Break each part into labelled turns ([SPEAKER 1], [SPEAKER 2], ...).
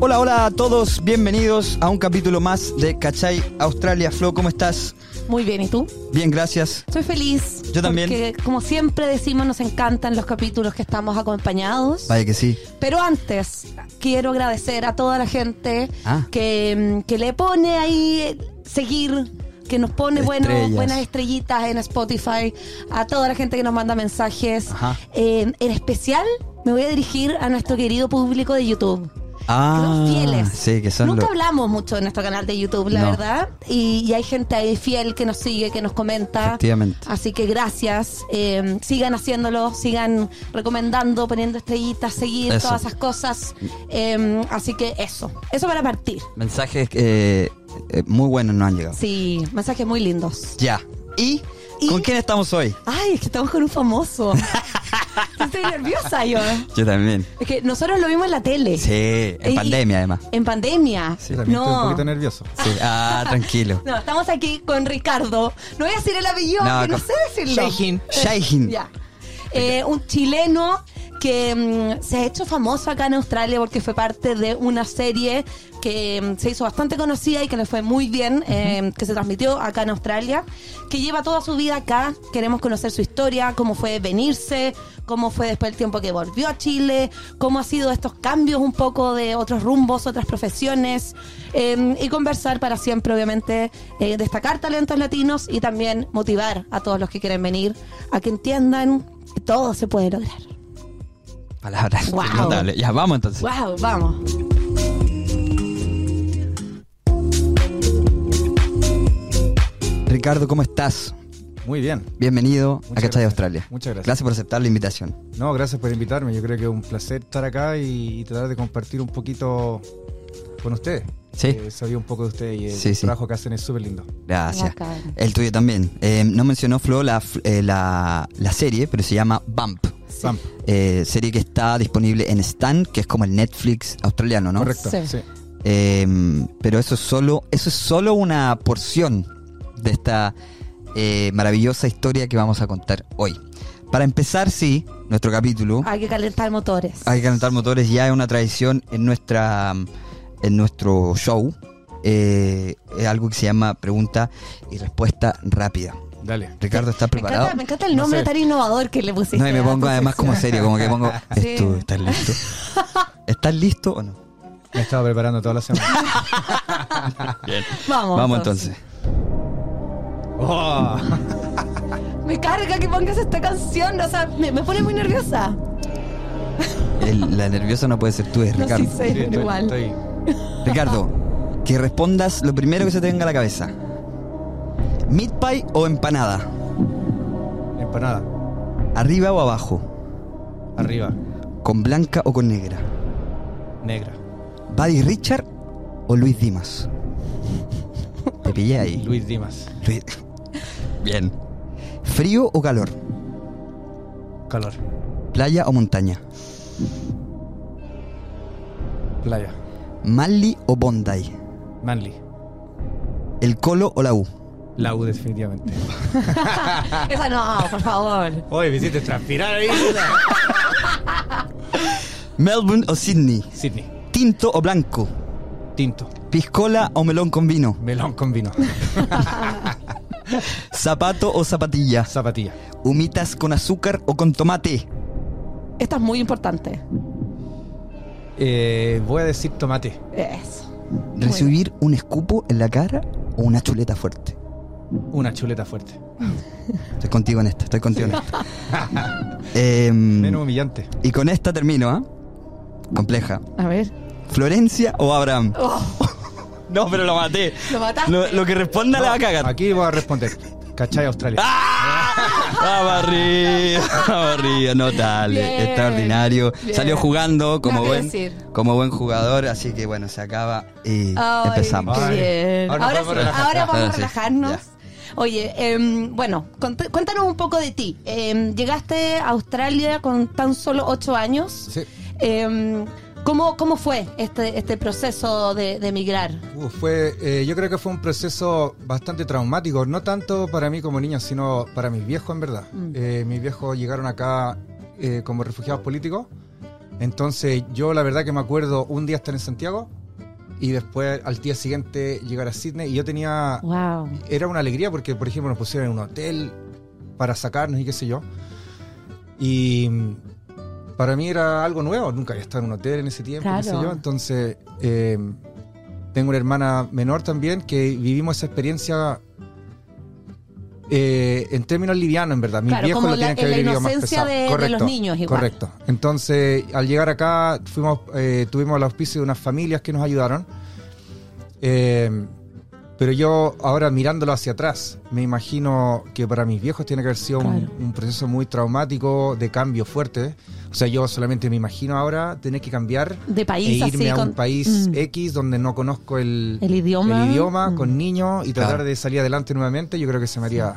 [SPEAKER 1] Hola, hola a todos, bienvenidos a un capítulo más de Cachai Australia Flow, ¿cómo estás?
[SPEAKER 2] Muy bien, ¿y tú?
[SPEAKER 1] Bien, gracias.
[SPEAKER 2] Soy feliz.
[SPEAKER 1] Yo también.
[SPEAKER 2] Porque, como siempre decimos, nos encantan los capítulos que estamos acompañados.
[SPEAKER 1] Vaya que sí.
[SPEAKER 2] Pero antes, quiero agradecer a toda la gente
[SPEAKER 1] Ah.
[SPEAKER 2] que, mm, que le pone ahí seguir, que nos pone bueno,
[SPEAKER 1] Estrellas.
[SPEAKER 2] buenas estrellitas en Spotify, a toda la gente que nos manda mensajes.
[SPEAKER 1] Ajá.
[SPEAKER 2] Eh, en especial, me voy a dirigir a nuestro querido público de YouTube.
[SPEAKER 1] Ah,
[SPEAKER 2] Los fieles.
[SPEAKER 1] sí, que son
[SPEAKER 2] Nunca
[SPEAKER 1] los...
[SPEAKER 2] hablamos mucho en nuestro canal de YouTube, la
[SPEAKER 1] No.
[SPEAKER 2] verdad. Y, y hay gente ahí fiel que nos sigue, que nos comenta.
[SPEAKER 1] Efectivamente.
[SPEAKER 2] Así que gracias. Eh, sigan haciéndolo, sigan recomendando, poniendo estrellitas, seguir
[SPEAKER 1] Eso.
[SPEAKER 2] todas esas cosas. Eh, así que eso. Eso para partir.
[SPEAKER 1] Mensajes eh, eh, muy buenos nos han llegado.
[SPEAKER 2] Sí, mensajes muy lindos.
[SPEAKER 1] Ya. ¿Y,
[SPEAKER 2] ¿Y?
[SPEAKER 1] con quién estamos hoy?
[SPEAKER 2] Ay, es que estamos con un famoso. Estoy nerviosa yo.
[SPEAKER 1] Yo también.
[SPEAKER 2] Es que nosotros lo vimos en la tele.
[SPEAKER 1] Sí, en
[SPEAKER 2] Y-
[SPEAKER 1] pandemia además.
[SPEAKER 2] En pandemia.
[SPEAKER 1] Sí,
[SPEAKER 3] También estoy un
[SPEAKER 2] no.
[SPEAKER 3] poquito nervioso.
[SPEAKER 1] Sí. Ah, tranquilo.
[SPEAKER 2] No, estamos aquí con Ricardo. No voy a decir el apellido,
[SPEAKER 1] No,
[SPEAKER 2] que no
[SPEAKER 1] con-
[SPEAKER 2] sé decirlo.
[SPEAKER 1] Shaihin. Shaihin.
[SPEAKER 2] Ya. Eh, un chileno que mm, se ha hecho famoso acá en Australia porque fue parte de una serie que mm, se hizo bastante conocida y que le fue muy bien, eh, que se transmitió acá en Australia, que lleva toda su vida acá. Queremos conocer su historia, cómo fue venirse, cómo fue después el tiempo que volvió a Chile, cómo ha sido estos cambios un poco de otros rumbos, otras profesiones, eh, y conversar para siempre, obviamente, eh, destacar talentos latinos y también motivar a todos los que quieren venir a que entiendan que todo se puede lograr.
[SPEAKER 1] Palabras
[SPEAKER 2] Wow.
[SPEAKER 1] notables. Ya, vamos entonces.
[SPEAKER 2] ¡Wow! Vamos.
[SPEAKER 1] Ricardo, ¿cómo estás?
[SPEAKER 3] Muy bien.
[SPEAKER 1] Bienvenido
[SPEAKER 3] Muchas
[SPEAKER 1] a Cachai
[SPEAKER 3] gracias.
[SPEAKER 1] Australia.
[SPEAKER 3] Muchas gracias.
[SPEAKER 1] Gracias por aceptar la invitación.
[SPEAKER 3] No, gracias por invitarme. Yo creo que es un placer estar acá y, y tratar de compartir un poquito con ustedes.
[SPEAKER 1] Sí.
[SPEAKER 3] Eh, sabía un poco de ustedes y el
[SPEAKER 1] Sí, sí.
[SPEAKER 3] trabajo que hacen es súper lindo.
[SPEAKER 1] Gracias.
[SPEAKER 2] Bacán.
[SPEAKER 1] El tuyo también. Eh, no mencionó Flo la, f- eh, la, la serie, pero se llama Bump.
[SPEAKER 3] Pam,
[SPEAKER 1] Eh, serie que está disponible en Stan, que es como el Netflix australiano, ¿no?
[SPEAKER 3] Correcto.
[SPEAKER 2] Sí.
[SPEAKER 3] sí.
[SPEAKER 1] Eh, pero eso es solo, eso es solo una porción de esta eh, maravillosa historia que vamos a contar hoy. Para empezar, sí, nuestro capítulo.
[SPEAKER 2] Hay que calentar motores.
[SPEAKER 1] Hay que calentar motores, ya es una tradición en nuestra en nuestro show. Eh, es algo que se llama pregunta y respuesta rápida.
[SPEAKER 3] Dale.
[SPEAKER 1] Ricardo, ¿estás
[SPEAKER 2] me,
[SPEAKER 1] preparado?
[SPEAKER 2] encanta, me encanta el
[SPEAKER 3] No
[SPEAKER 2] nombre
[SPEAKER 3] sé.
[SPEAKER 2] tan innovador que le pusiste.
[SPEAKER 1] No, y me
[SPEAKER 2] a
[SPEAKER 1] pongo
[SPEAKER 2] tu
[SPEAKER 1] además como
[SPEAKER 2] sección.
[SPEAKER 1] serio, como que pongo,
[SPEAKER 2] pues, Sí.
[SPEAKER 1] "Estu- ¿estás listo? ¿Estás listo o no?
[SPEAKER 3] Me he estado preparando toda la semana.
[SPEAKER 2] Vamos.
[SPEAKER 1] Vamos entonces.
[SPEAKER 3] Oh.
[SPEAKER 2] Me carga que pongas esta canción, o sea, me, me pone muy nerviosa.
[SPEAKER 1] El- la nerviosa no puede ser tú, es
[SPEAKER 2] No,
[SPEAKER 1] Ricardo.
[SPEAKER 2] sí, sí,
[SPEAKER 3] estoy-
[SPEAKER 2] igual.
[SPEAKER 3] estoy-
[SPEAKER 1] Ricardo, que respondas lo primero que se te venga a la cabeza. ¿Meat pie o empanada?
[SPEAKER 3] Empanada.
[SPEAKER 1] ¿Arriba o abajo?
[SPEAKER 3] Arriba.
[SPEAKER 1] ¿Con blanca o con negra?
[SPEAKER 3] Negra.
[SPEAKER 1] ¿Buddy Richard o Luis Dimas? Te pillé ahí.
[SPEAKER 3] Luis Dimas.
[SPEAKER 1] Luis- Bien. ¿Frío o calor?
[SPEAKER 3] Calor.
[SPEAKER 1] ¿Playa o montaña?
[SPEAKER 3] Playa.
[SPEAKER 1] ¿Manly o Bondi?
[SPEAKER 3] Manly.
[SPEAKER 1] ¿El Colo o la U?
[SPEAKER 3] La U definitivamente.
[SPEAKER 2] Esa no, por favor.
[SPEAKER 3] Oye, me hiciste transpirar ahí.
[SPEAKER 1] ¿Melbourne o Sydney?
[SPEAKER 3] Sydney.
[SPEAKER 1] ¿Tinto o blanco?
[SPEAKER 3] Tinto.
[SPEAKER 1] ¿Piscola o melón con vino?
[SPEAKER 3] Melón con vino.
[SPEAKER 1] ¿Zapato o zapatillas?
[SPEAKER 3] Zapatilla.
[SPEAKER 1] ¿Humitas con azúcar o con tomate?
[SPEAKER 2] Esta es muy importante.
[SPEAKER 3] Eh, voy a decir tomate.
[SPEAKER 2] Eso.
[SPEAKER 1] ¿Recibir un escupo en la cara o una chuleta fuerte?
[SPEAKER 3] Una chuleta fuerte.
[SPEAKER 1] Estoy contigo en esta, estoy contigo en esta. Em,
[SPEAKER 3] Menos humillante.
[SPEAKER 1] y con esta termino, ¿ah? Compleja.
[SPEAKER 2] A ver.
[SPEAKER 1] ¿Florencia o Abraham?
[SPEAKER 2] Oh,
[SPEAKER 1] No, pero lo maté.
[SPEAKER 2] lo mataste.
[SPEAKER 1] Lo, lo que responda la va a cagar.
[SPEAKER 3] Aquí voy a responder. ¿Cachai Australia?
[SPEAKER 1] Vamos arriba, vamos arriba, ah, no tal,
[SPEAKER 2] Bien,
[SPEAKER 1] extraordinario.
[SPEAKER 2] bien.
[SPEAKER 1] Salió jugando como
[SPEAKER 2] Nada que
[SPEAKER 1] buen,
[SPEAKER 2] decir.
[SPEAKER 1] como buen jugador, así que bueno, se acaba y
[SPEAKER 2] Ay,
[SPEAKER 1] empezamos.
[SPEAKER 2] qué
[SPEAKER 3] Ay.
[SPEAKER 2] bien.
[SPEAKER 3] Ahora
[SPEAKER 2] Ahora,
[SPEAKER 3] podemos
[SPEAKER 2] sí,
[SPEAKER 3] relajarnos.
[SPEAKER 2] ahora vamos
[SPEAKER 1] Ahora
[SPEAKER 2] a
[SPEAKER 1] sí,
[SPEAKER 2] relajarnos. Oye, em, bueno, cont- cuéntanos un poco de ti. Em, llegaste a Australia con tan solo ocho años.
[SPEAKER 3] Sí.
[SPEAKER 2] Em, ¿cómo, ¿Cómo fue este, este proceso de, de emigrar?
[SPEAKER 3] Uh, fue, eh, yo creo que fue un proceso bastante traumático, no tanto para mí como niño, sino para mis viejos en verdad.
[SPEAKER 2] Mm.
[SPEAKER 3] Eh, mis viejos llegaron acá eh, como refugiados políticos Entonces, yo la verdad que me acuerdo un día estar en Santiago y después al día siguiente llegar a Sydney y yo tenía
[SPEAKER 2] Wow.
[SPEAKER 3] era una alegría porque, por ejemplo, nos pusieron en un hotel para sacarnos y qué sé yo. Y mm, para mí era algo nuevo, nunca había estado en un hotel en ese tiempo, qué sé
[SPEAKER 2] Claro.
[SPEAKER 3] yo. Entonces, eh, tengo una hermana menor también que vivimos esa experiencia eh, en términos livianos, en verdad. Mis
[SPEAKER 2] Claro,
[SPEAKER 3] viejos
[SPEAKER 2] como
[SPEAKER 3] lo
[SPEAKER 2] la-
[SPEAKER 3] tienen que
[SPEAKER 2] en la
[SPEAKER 3] haber vivido más
[SPEAKER 2] inocencia
[SPEAKER 3] pesado.
[SPEAKER 2] de- de
[SPEAKER 3] Correcto,
[SPEAKER 2] los niños igual.
[SPEAKER 3] Correcto. Entonces, al llegar acá, fuimos, eh, tuvimos el auspicio de unas familias que nos ayudaron. Eh, pero yo ahora mirándolo hacia atrás, me imagino que para mis viejos tiene que haber sido un-
[SPEAKER 2] Claro.
[SPEAKER 3] un, proceso muy traumático, de cambio fuerte. O sea, yo solamente me imagino ahora tener que cambiar
[SPEAKER 2] De país
[SPEAKER 3] e
[SPEAKER 2] así.
[SPEAKER 3] irme a
[SPEAKER 2] con-
[SPEAKER 3] un país
[SPEAKER 2] Mm.
[SPEAKER 3] X donde no conozco el,
[SPEAKER 2] El idioma.
[SPEAKER 3] el idioma,
[SPEAKER 2] Mm.
[SPEAKER 3] con niños y tratar
[SPEAKER 1] Claro.
[SPEAKER 3] de salir adelante nuevamente. Yo creo que se me haría...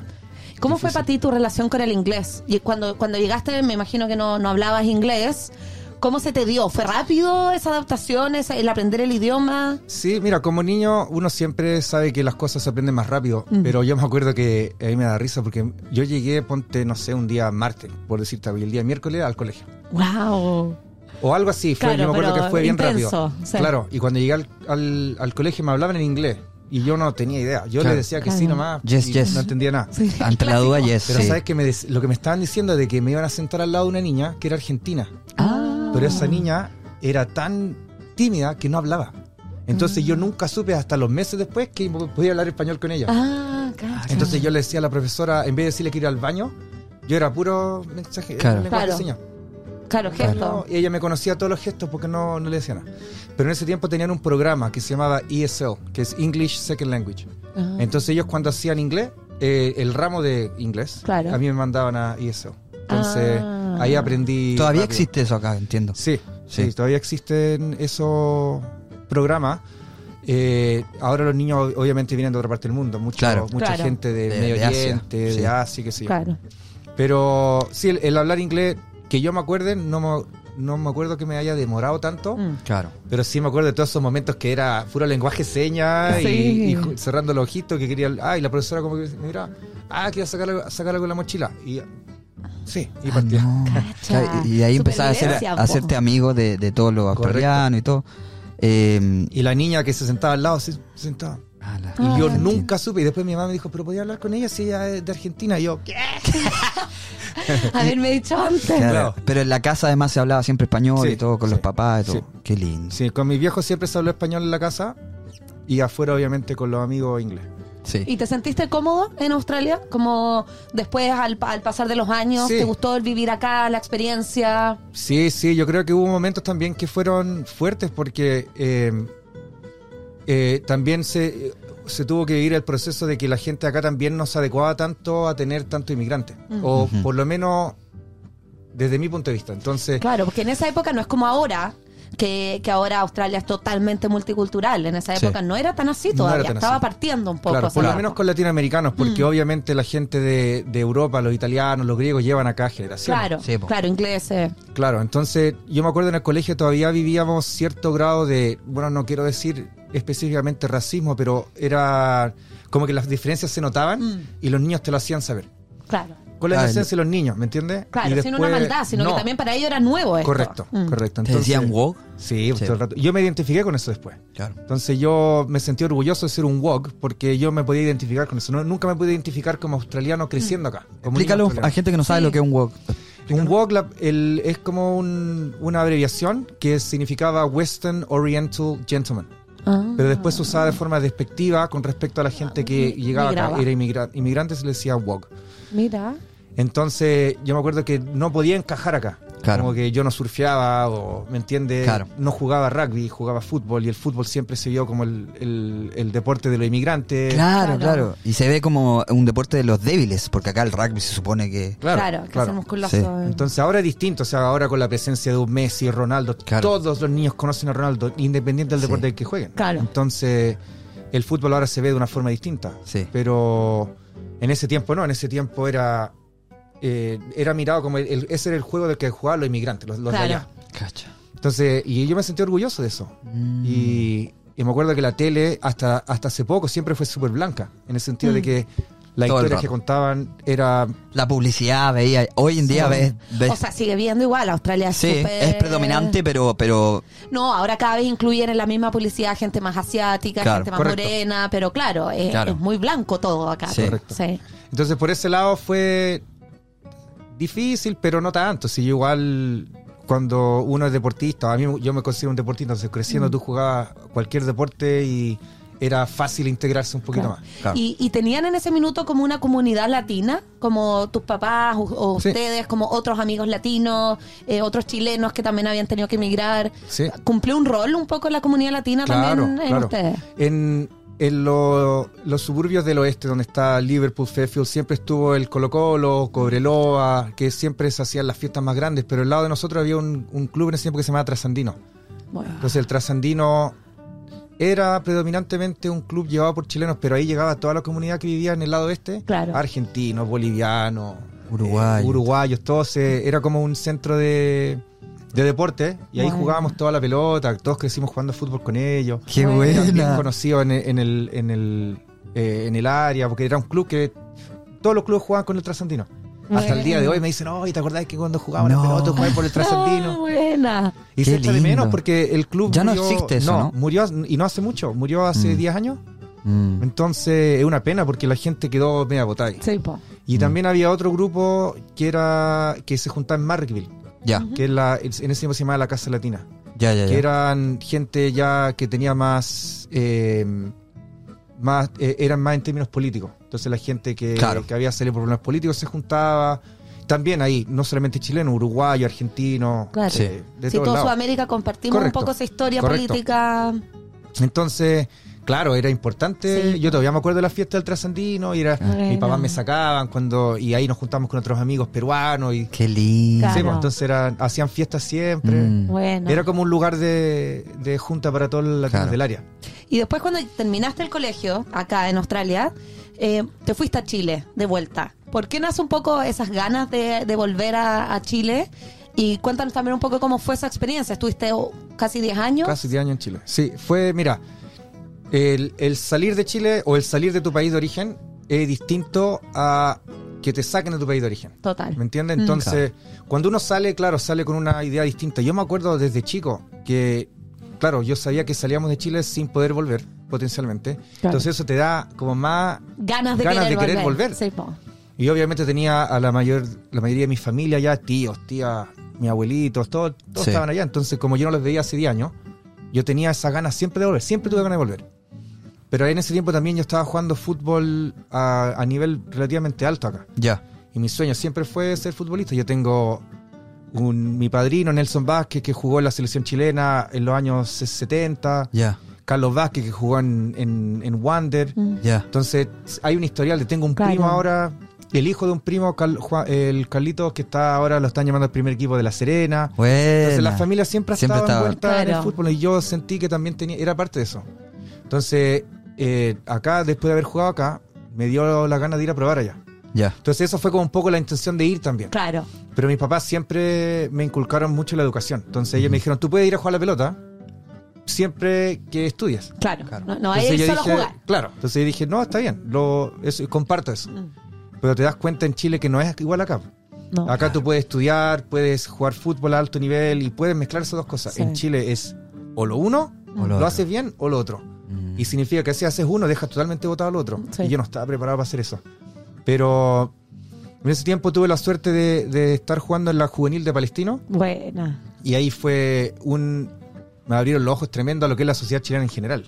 [SPEAKER 2] ¿Cómo fue
[SPEAKER 3] Difícil.
[SPEAKER 2] para ti tu relación con el inglés? Y cuando, cuando llegaste, me imagino que no, no hablabas inglés. ¿Cómo se te dio? ¿Fue rápido esa adaptación, esa- el aprender el idioma?
[SPEAKER 3] Sí, mira, como niño uno siempre sabe que las cosas se aprenden más rápido,
[SPEAKER 2] Mm.
[SPEAKER 3] pero yo me acuerdo que a mí me da risa porque yo llegué, ponte, no sé, un día martes, por decirte, algo, y el día miércoles al colegio.
[SPEAKER 2] ¡Wow!
[SPEAKER 3] O algo así, fue,
[SPEAKER 2] Claro,
[SPEAKER 3] yo me acuerdo
[SPEAKER 2] pero
[SPEAKER 3] que fue bien
[SPEAKER 2] intenso,
[SPEAKER 3] rápido.
[SPEAKER 2] sí.
[SPEAKER 3] Claro, y cuando llegué al, al- al colegio me hablaban en inglés y yo no tenía idea. Yo
[SPEAKER 1] Claro.
[SPEAKER 3] le decía que
[SPEAKER 2] Claro.
[SPEAKER 3] sí nomás
[SPEAKER 1] Yes,
[SPEAKER 3] y
[SPEAKER 1] yes.
[SPEAKER 3] no entendía nada.
[SPEAKER 1] Ante la duda, yes.
[SPEAKER 3] Pero
[SPEAKER 1] sí.
[SPEAKER 3] sabes que me dec- lo que me estaban diciendo de que me iban a sentar al lado de una niña que era argentina.
[SPEAKER 2] Ah.
[SPEAKER 3] Pero esa niña era tan tímida que no hablaba. Entonces
[SPEAKER 2] Ah.
[SPEAKER 3] yo nunca supe hasta los meses después que podía hablar español con ella.
[SPEAKER 2] Ah, claro.
[SPEAKER 3] Entonces yo le decía a la profesora, en vez de decirle que ir al baño, yo era puro mensaje, era
[SPEAKER 1] Claro.
[SPEAKER 3] un lenguaje de
[SPEAKER 2] Claro.
[SPEAKER 3] señas.
[SPEAKER 2] Claro, gesto.
[SPEAKER 3] No, y ella me conocía todos los gestos porque no, no le decía nada. Pero en ese tiempo tenían un programa que se llamaba ESL, que es English Second Language.
[SPEAKER 2] Ah.
[SPEAKER 3] Entonces ellos cuando hacían inglés, eh, el ramo de inglés,
[SPEAKER 2] Claro.
[SPEAKER 3] a mí me mandaban a ESL. Entonces
[SPEAKER 2] Ah.
[SPEAKER 3] ahí aprendí...
[SPEAKER 1] Todavía
[SPEAKER 3] rápido.
[SPEAKER 1] existe eso acá, entiendo.
[SPEAKER 3] Sí,
[SPEAKER 1] Sí.
[SPEAKER 3] sí, todavía existen esos programas. Eh, ahora los niños obviamente vienen de otra parte del mundo, mucho-
[SPEAKER 1] Claro.
[SPEAKER 3] mucha
[SPEAKER 2] Claro.
[SPEAKER 3] gente de,
[SPEAKER 1] De-
[SPEAKER 3] Medio
[SPEAKER 1] de Asia,
[SPEAKER 3] Oriente, de
[SPEAKER 1] sí.
[SPEAKER 3] Asia, qué sé yo.
[SPEAKER 2] Claro.
[SPEAKER 3] Pero sí, el, el hablar inglés, que yo me acuerde, no me, no me acuerdo que me haya demorado tanto,
[SPEAKER 2] Mm.
[SPEAKER 1] Claro.
[SPEAKER 3] pero sí me acuerdo de todos esos momentos que era puro lenguaje seña y-
[SPEAKER 2] Sí.
[SPEAKER 3] y, ju- cerrando los ojitos que quería... Ah, y la profesora como que mira, ah, quería sacar algo, sacar algo de la mochila. Y, sí, y
[SPEAKER 1] Ah,
[SPEAKER 3] partía.
[SPEAKER 1] no.
[SPEAKER 2] Cacha.
[SPEAKER 1] Claro, Y de ahí empezás a, hacer-
[SPEAKER 2] Supervivencia,
[SPEAKER 1] a hacerte
[SPEAKER 2] po.
[SPEAKER 1] amigo de, de todos los
[SPEAKER 3] Correcto.
[SPEAKER 1] australianos y todo. Eh,
[SPEAKER 3] Y la niña que se sentaba al lado, se se sentaba.
[SPEAKER 1] ah, la-
[SPEAKER 3] Y yo
[SPEAKER 2] Ah.
[SPEAKER 3] nunca supe. Y después mi mamá me dijo, pero podía hablar con ella si ella es de Argentina. Y yo, ¿qué?
[SPEAKER 2] Haberme dicho antes.
[SPEAKER 1] Claro,
[SPEAKER 3] Claro.
[SPEAKER 1] Pero en la casa además se hablaba siempre español
[SPEAKER 3] Sí,
[SPEAKER 1] y todo, con
[SPEAKER 3] sí,
[SPEAKER 1] los papás y todo.
[SPEAKER 3] sí.
[SPEAKER 1] Qué lindo.
[SPEAKER 3] Sí, con mis viejos siempre se habló español en la casa. Y afuera, obviamente, con los amigos inglés.
[SPEAKER 1] Sí.
[SPEAKER 2] ¿Y te sentiste cómodo en Australia? Como después, al, pa- al pasar de los años,
[SPEAKER 3] Sí.
[SPEAKER 2] ¿te gustó el vivir acá, la experiencia?
[SPEAKER 3] Sí, sí, yo creo que hubo momentos también que fueron fuertes porque eh, eh, también se, se tuvo que vivir el proceso de que la gente acá también no se adecuaba tanto a tener tanto inmigrante.
[SPEAKER 2] Mm.
[SPEAKER 3] O
[SPEAKER 1] Ujú.
[SPEAKER 3] por lo menos desde mi punto de vista. Entonces,
[SPEAKER 2] Claro, porque en esa época no es como ahora, que, que ahora Australia es totalmente multicultural. En esa
[SPEAKER 1] Sí.
[SPEAKER 2] época no era tan así
[SPEAKER 3] No
[SPEAKER 2] todavía,
[SPEAKER 3] era tan
[SPEAKER 2] estaba
[SPEAKER 3] así.
[SPEAKER 2] partiendo un poco.
[SPEAKER 3] Claro,
[SPEAKER 2] esa
[SPEAKER 3] por lo
[SPEAKER 2] etapa.
[SPEAKER 3] menos con latinoamericanos,
[SPEAKER 2] Mm.
[SPEAKER 3] porque obviamente la gente de, de Europa, los italianos, los griegos, llevan acá generaciones.
[SPEAKER 2] Claro,
[SPEAKER 1] Sí, po.
[SPEAKER 2] claro, ingleses.
[SPEAKER 3] Claro, entonces yo me acuerdo en el colegio todavía vivíamos cierto grado de, bueno, no quiero decir específicamente racismo, pero era como que las diferencias se notaban
[SPEAKER 2] Mm.
[SPEAKER 3] y los niños te lo hacían saber.
[SPEAKER 2] Claro,
[SPEAKER 3] Con la
[SPEAKER 1] Ah,
[SPEAKER 3] inocencia de los niños, ¿me entiendes?
[SPEAKER 2] claro,
[SPEAKER 3] Y
[SPEAKER 2] sin
[SPEAKER 3] después-
[SPEAKER 2] una maldad, sino
[SPEAKER 3] no,
[SPEAKER 2] que también para ellos era nuevo esto.
[SPEAKER 3] Correcto,
[SPEAKER 2] Mm.
[SPEAKER 3] correcto.
[SPEAKER 1] ¿Te decían wog?
[SPEAKER 3] Sí, pues,
[SPEAKER 1] Sí.
[SPEAKER 3] todo el rato. Yo me identifiqué con eso después.
[SPEAKER 1] Claro.
[SPEAKER 3] Entonces yo me sentí orgulloso de ser un WOG porque yo me podía identificar con eso. No- nunca me pude identificar como australiano creciendo
[SPEAKER 2] Mm.
[SPEAKER 3] acá. como niño
[SPEAKER 1] Explícalo a
[SPEAKER 3] australiano.
[SPEAKER 1] gente que no sabe
[SPEAKER 2] Sí.
[SPEAKER 1] lo que es un wog.
[SPEAKER 3] Un WOG la- el- es como un- una abreviación que significaba Western Oriental Gentleman.
[SPEAKER 2] Ah.
[SPEAKER 3] Pero después se usaba de forma despectiva con respecto a la gente que
[SPEAKER 2] Mi-
[SPEAKER 3] llegaba acá,
[SPEAKER 2] migraba.
[SPEAKER 3] era inmigra- inmigrante, se le decía WOG.
[SPEAKER 2] Mira.
[SPEAKER 3] Entonces yo me acuerdo que no podía encajar acá.
[SPEAKER 1] Claro.
[SPEAKER 3] Como que yo no surfeaba o, ¿me entiendes?
[SPEAKER 1] Claro.
[SPEAKER 3] No jugaba rugby, jugaba fútbol y el fútbol siempre se vio como el, el- el deporte de los inmigrantes.
[SPEAKER 1] Claro,
[SPEAKER 2] Claro.
[SPEAKER 1] claro. Y se ve como un deporte de los débiles, porque acá el rugby se supone que...
[SPEAKER 2] Claro, que ser musculoso.
[SPEAKER 1] Sí.
[SPEAKER 2] eh.
[SPEAKER 3] Entonces ahora es distinto, o sea, ahora con la presencia de un Messi, Ronaldo,
[SPEAKER 1] Claro.
[SPEAKER 3] todos los niños conocen a Ronaldo, independiente del
[SPEAKER 1] Sí.
[SPEAKER 3] deporte del que jueguen.
[SPEAKER 2] Claro.
[SPEAKER 3] Entonces, el fútbol ahora se ve de una forma distinta.
[SPEAKER 1] Sí.
[SPEAKER 3] Pero en ese tiempo no, en ese tiempo era eh, era mirado como el- el- ese era el juego del que jugaban los inmigrantes, los, los de
[SPEAKER 2] Claro.
[SPEAKER 3] allá.
[SPEAKER 1] Cacha.
[SPEAKER 3] Entonces, y yo me sentí orgulloso de eso.
[SPEAKER 1] Mm.
[SPEAKER 3] Y, y me acuerdo que la tele hasta, hasta hace poco siempre fue súper blanca, en el sentido de
[SPEAKER 2] Mm.
[SPEAKER 3] que Las
[SPEAKER 1] Todo el
[SPEAKER 3] historias
[SPEAKER 1] rato.
[SPEAKER 3] que contaban era
[SPEAKER 1] La publicidad, veía. Hoy en día
[SPEAKER 2] Sí.
[SPEAKER 1] ves. ves-
[SPEAKER 2] O sea, sigue viendo igual. Australia es
[SPEAKER 1] sí,
[SPEAKER 2] súper-
[SPEAKER 1] es predominante, pero, pero
[SPEAKER 2] No, ahora cada vez incluyen en la misma publicidad gente más asiática,
[SPEAKER 1] Claro,
[SPEAKER 2] gente más
[SPEAKER 3] correcto.
[SPEAKER 2] morena, pero claro es,
[SPEAKER 1] Claro.
[SPEAKER 2] es muy blanco todo acá.
[SPEAKER 1] Sí.
[SPEAKER 3] Correcto.
[SPEAKER 2] Sí.
[SPEAKER 3] Entonces por ese lado fue difícil, pero no tanto. Si yo igual cuando uno es deportista, a mí yo me considero un deportista, entonces creciendo tú jugabas cualquier deporte y era fácil integrarse un poquito
[SPEAKER 2] Claro.
[SPEAKER 3] más.
[SPEAKER 1] Claro.
[SPEAKER 2] Y, y tenían en ese minuto como una comunidad latina, como tus papás o, o
[SPEAKER 3] Sí.
[SPEAKER 2] ustedes, como otros amigos latinos, eh, otros chilenos que también habían tenido que emigrar.
[SPEAKER 3] Sí.
[SPEAKER 2] ¿Cumplió un rol un poco la comunidad latina también en ustedes?
[SPEAKER 3] En, en lo- los suburbios del oeste, donde está Liverpool, Fairfield, siempre estuvo el Colo Colo, Cobreloa, que siempre se hacían las fiestas más grandes, pero al lado de nosotros había un, un club en ese tiempo que se llamaba Trasandino.
[SPEAKER 2] Bueno.
[SPEAKER 3] Entonces el Trasandino era predominantemente un club llevado por chilenos, pero ahí llegaba toda la comunidad que vivía en el lado oeste.
[SPEAKER 2] Claro.
[SPEAKER 3] Argentinos, bolivianos,
[SPEAKER 1] Uruguayos.
[SPEAKER 3] eh, uruguayos, todos. se- era como un centro de, de deporte y ahí
[SPEAKER 2] Bueno.
[SPEAKER 3] jugábamos toda la pelota, todos crecimos jugando fútbol con ellos
[SPEAKER 1] qué
[SPEAKER 2] Bueno.
[SPEAKER 1] buena. Mm.
[SPEAKER 3] eran bien conocidos en, en el, en, el, eh, en el área, porque era un club que todos los clubes jugaban con el trasandino. Hasta el día de hoy me dicen, oy, ¿te acordás que cuando jugaban
[SPEAKER 1] No.
[SPEAKER 3] el pelota jugaba por el
[SPEAKER 2] Ah,
[SPEAKER 3] trasandino?
[SPEAKER 2] buena.
[SPEAKER 3] y se
[SPEAKER 1] Qué
[SPEAKER 3] echa de
[SPEAKER 1] lindo.
[SPEAKER 3] menos porque el club
[SPEAKER 1] Ya no
[SPEAKER 3] murió-
[SPEAKER 1] existe eso, ¿no?
[SPEAKER 3] murió y no hace mucho, murió hace
[SPEAKER 1] Mm.
[SPEAKER 3] 10 años.
[SPEAKER 1] Mm.
[SPEAKER 3] Entonces es una pena porque la gente quedó media botada. ahí.
[SPEAKER 2] Sí, po.
[SPEAKER 3] Y
[SPEAKER 1] Mm.
[SPEAKER 3] también había otro grupo que era que se juntaba en Markville,
[SPEAKER 1] Ya,
[SPEAKER 2] Ujú.
[SPEAKER 3] que es la, en ese tiempo se llamaba la Casa Latina
[SPEAKER 1] ya, ya. ya.
[SPEAKER 3] que eran gente ya que tenía más, eh, más eh, eran más en términos políticos. Entonces la gente que,
[SPEAKER 1] Claro.
[SPEAKER 3] que había salido por problemas políticos se juntaba. También ahí, no solamente chileno, uruguayo, argentino,
[SPEAKER 2] Claro.
[SPEAKER 1] Sí.
[SPEAKER 3] eh, de
[SPEAKER 2] si
[SPEAKER 3] todos
[SPEAKER 2] todo
[SPEAKER 3] lados.
[SPEAKER 2] Sudamérica compartimos
[SPEAKER 3] Correcto.
[SPEAKER 2] un poco esa historia
[SPEAKER 3] Correcto.
[SPEAKER 2] política.
[SPEAKER 3] Entonces, claro, era importante.
[SPEAKER 2] Sí.
[SPEAKER 3] Yo todavía me acuerdo de la fiesta del trasandino y era,
[SPEAKER 2] Bueno.
[SPEAKER 3] mis papás me sacaban cuando y ahí nos juntamos con otros amigos peruanos y
[SPEAKER 1] Qué lindo.
[SPEAKER 2] Claro.
[SPEAKER 3] Sí, pues, entonces eran, hacían fiestas siempre.
[SPEAKER 1] Mm.
[SPEAKER 2] Bueno.
[SPEAKER 3] Era como un lugar de, de junta para todos los latinos
[SPEAKER 1] Claro.
[SPEAKER 3] del área.
[SPEAKER 2] Y después cuando terminaste el colegio, acá en Australia, eh, te fuiste a Chile de vuelta. ¿Por qué nace un poco esas ganas de, de volver a, a Chile? Y cuéntanos también un poco cómo fue esa experiencia. Estuviste oh, casi 10 años.
[SPEAKER 3] Casi 10 años en Chile. Sí, fue, mira, el, el salir de Chile o el salir de tu país de origen es distinto a que te saquen de tu país de origen.
[SPEAKER 2] Total.
[SPEAKER 3] ¿Me entiendes? Entonces, cuando uno sale, claro, sale con una idea distinta. Yo me acuerdo desde chico que, claro, yo sabía que salíamos de Chile sin poder volver, potencialmente. Entonces eso te da como más...
[SPEAKER 2] Ganas de,
[SPEAKER 3] ganas
[SPEAKER 2] querer,
[SPEAKER 3] de querer volver.
[SPEAKER 2] Sí, po.
[SPEAKER 3] Y obviamente tenía a la mayor la mayoría de mi familia ya, tíos, tías, mis abuelitos, todos, todos
[SPEAKER 1] Sí.
[SPEAKER 3] estaban allá. Entonces, como yo no los veía hace 10 años, yo tenía esas ganas siempre de volver, siempre tuve ganas de volver. Pero en ese tiempo también yo estaba jugando fútbol a, a nivel relativamente alto acá.
[SPEAKER 1] Ya.
[SPEAKER 3] Y mi sueño siempre fue ser futbolista. Yo tengo un, mi padrino, Nelson Vázquez, que jugó en la selección chilena en los años 70.
[SPEAKER 1] Ya,
[SPEAKER 3] Carlos Vázquez, que jugó en, en, en Wander.
[SPEAKER 2] Mm.
[SPEAKER 1] ya.
[SPEAKER 3] Entonces, hay un historial. de- Tengo un
[SPEAKER 2] Claro.
[SPEAKER 3] primo ahora, el hijo de un primo, Carl- Juan- el Carlitos, que está ahora lo están llamando al primer equipo de La Serena. Entonces,
[SPEAKER 1] Bueno.
[SPEAKER 3] la familia siempre ha
[SPEAKER 1] Siempre
[SPEAKER 3] estado
[SPEAKER 1] estaba-
[SPEAKER 3] envuelta en
[SPEAKER 2] Claro.
[SPEAKER 3] el fútbol y yo sentí que también tenía, era parte de eso. Entonces, eh, acá, después de haber jugado acá, me dio la gana de ir a probar allá.
[SPEAKER 1] Ya.
[SPEAKER 3] Entonces, eso fue como un poco la intención de ir también.
[SPEAKER 2] Claro.
[SPEAKER 3] Pero mis papás siempre me inculcaron mucho la educación. Entonces, ellos
[SPEAKER 1] Ujú.
[SPEAKER 3] me dijeron: tú puedes ir a jugar a la pelota siempre que estudies.
[SPEAKER 2] Claro.
[SPEAKER 1] Claro.
[SPEAKER 2] No, no hay ir
[SPEAKER 3] Entonces yo
[SPEAKER 2] solo a
[SPEAKER 3] dije-
[SPEAKER 2] jugar.
[SPEAKER 3] Claro, entonces yo dije, no, está bien, lo, eso, comparto eso.
[SPEAKER 2] Mm.
[SPEAKER 3] Pero te das cuenta en Chile que no es igual acá.
[SPEAKER 2] No.
[SPEAKER 3] Acá tú puedes estudiar, puedes jugar fútbol a alto nivel y puedes mezclar esas dos cosas.
[SPEAKER 2] Sí.
[SPEAKER 3] En Chile es o lo uno,
[SPEAKER 1] O
[SPEAKER 3] lo,
[SPEAKER 1] otro.
[SPEAKER 3] haces bien, o lo otro.
[SPEAKER 1] Mm.
[SPEAKER 3] Y significa que si haces uno, dejas totalmente votado al otro.
[SPEAKER 2] Sí.
[SPEAKER 3] Y yo no estaba preparado para hacer eso. Pero en ese tiempo tuve la suerte de, de estar jugando en la juvenil de Palestino
[SPEAKER 2] Buena.
[SPEAKER 3] y ahí fue un... Me abrieron los ojos tremendo a lo que es la sociedad chilena en general.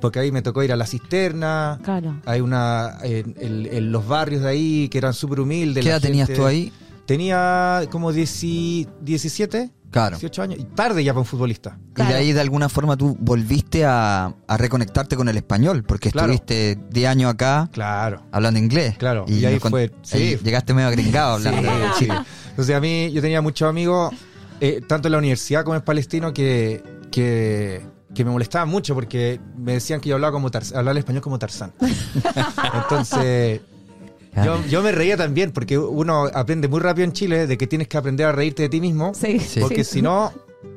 [SPEAKER 3] Porque ahí me tocó ir a la cisterna,
[SPEAKER 2] Claro.
[SPEAKER 3] hay una en, en- en los barrios de ahí que eran súper humildes.
[SPEAKER 1] ¿Qué
[SPEAKER 3] la
[SPEAKER 1] edad tenías
[SPEAKER 3] gente-
[SPEAKER 1] tú ahí?
[SPEAKER 3] Tenía como 10 17,
[SPEAKER 1] Claro.
[SPEAKER 3] 18 años. Y tarde ya para un futbolista.
[SPEAKER 1] Y
[SPEAKER 2] Claro.
[SPEAKER 1] de ahí de alguna forma tú volviste a, a reconectarte con el español, porque
[SPEAKER 3] Claro.
[SPEAKER 1] estuviste 10 años acá
[SPEAKER 3] Claro.
[SPEAKER 1] hablando inglés.
[SPEAKER 3] Claro, y ahí
[SPEAKER 1] nos con-
[SPEAKER 3] fue-
[SPEAKER 1] ahí
[SPEAKER 3] sí.
[SPEAKER 1] Llegaste medio agringado hablando.
[SPEAKER 3] Sí, sí. Entonces a mí yo tenía muchos amigos, eh, tanto en la universidad como en Palestino, que, que, que me molestaban mucho porque me decían que yo hablaba, como Tarz- hablaba el español como Tarzán. Entonces...
[SPEAKER 1] Ah,
[SPEAKER 3] Yo, yo me reía también, porque uno aprende muy rápido en Chile de que tienes que aprender a reírte de ti mismo.
[SPEAKER 2] Sí.
[SPEAKER 1] Sí.
[SPEAKER 3] Porque
[SPEAKER 2] Sí. Mm.
[SPEAKER 3] si no,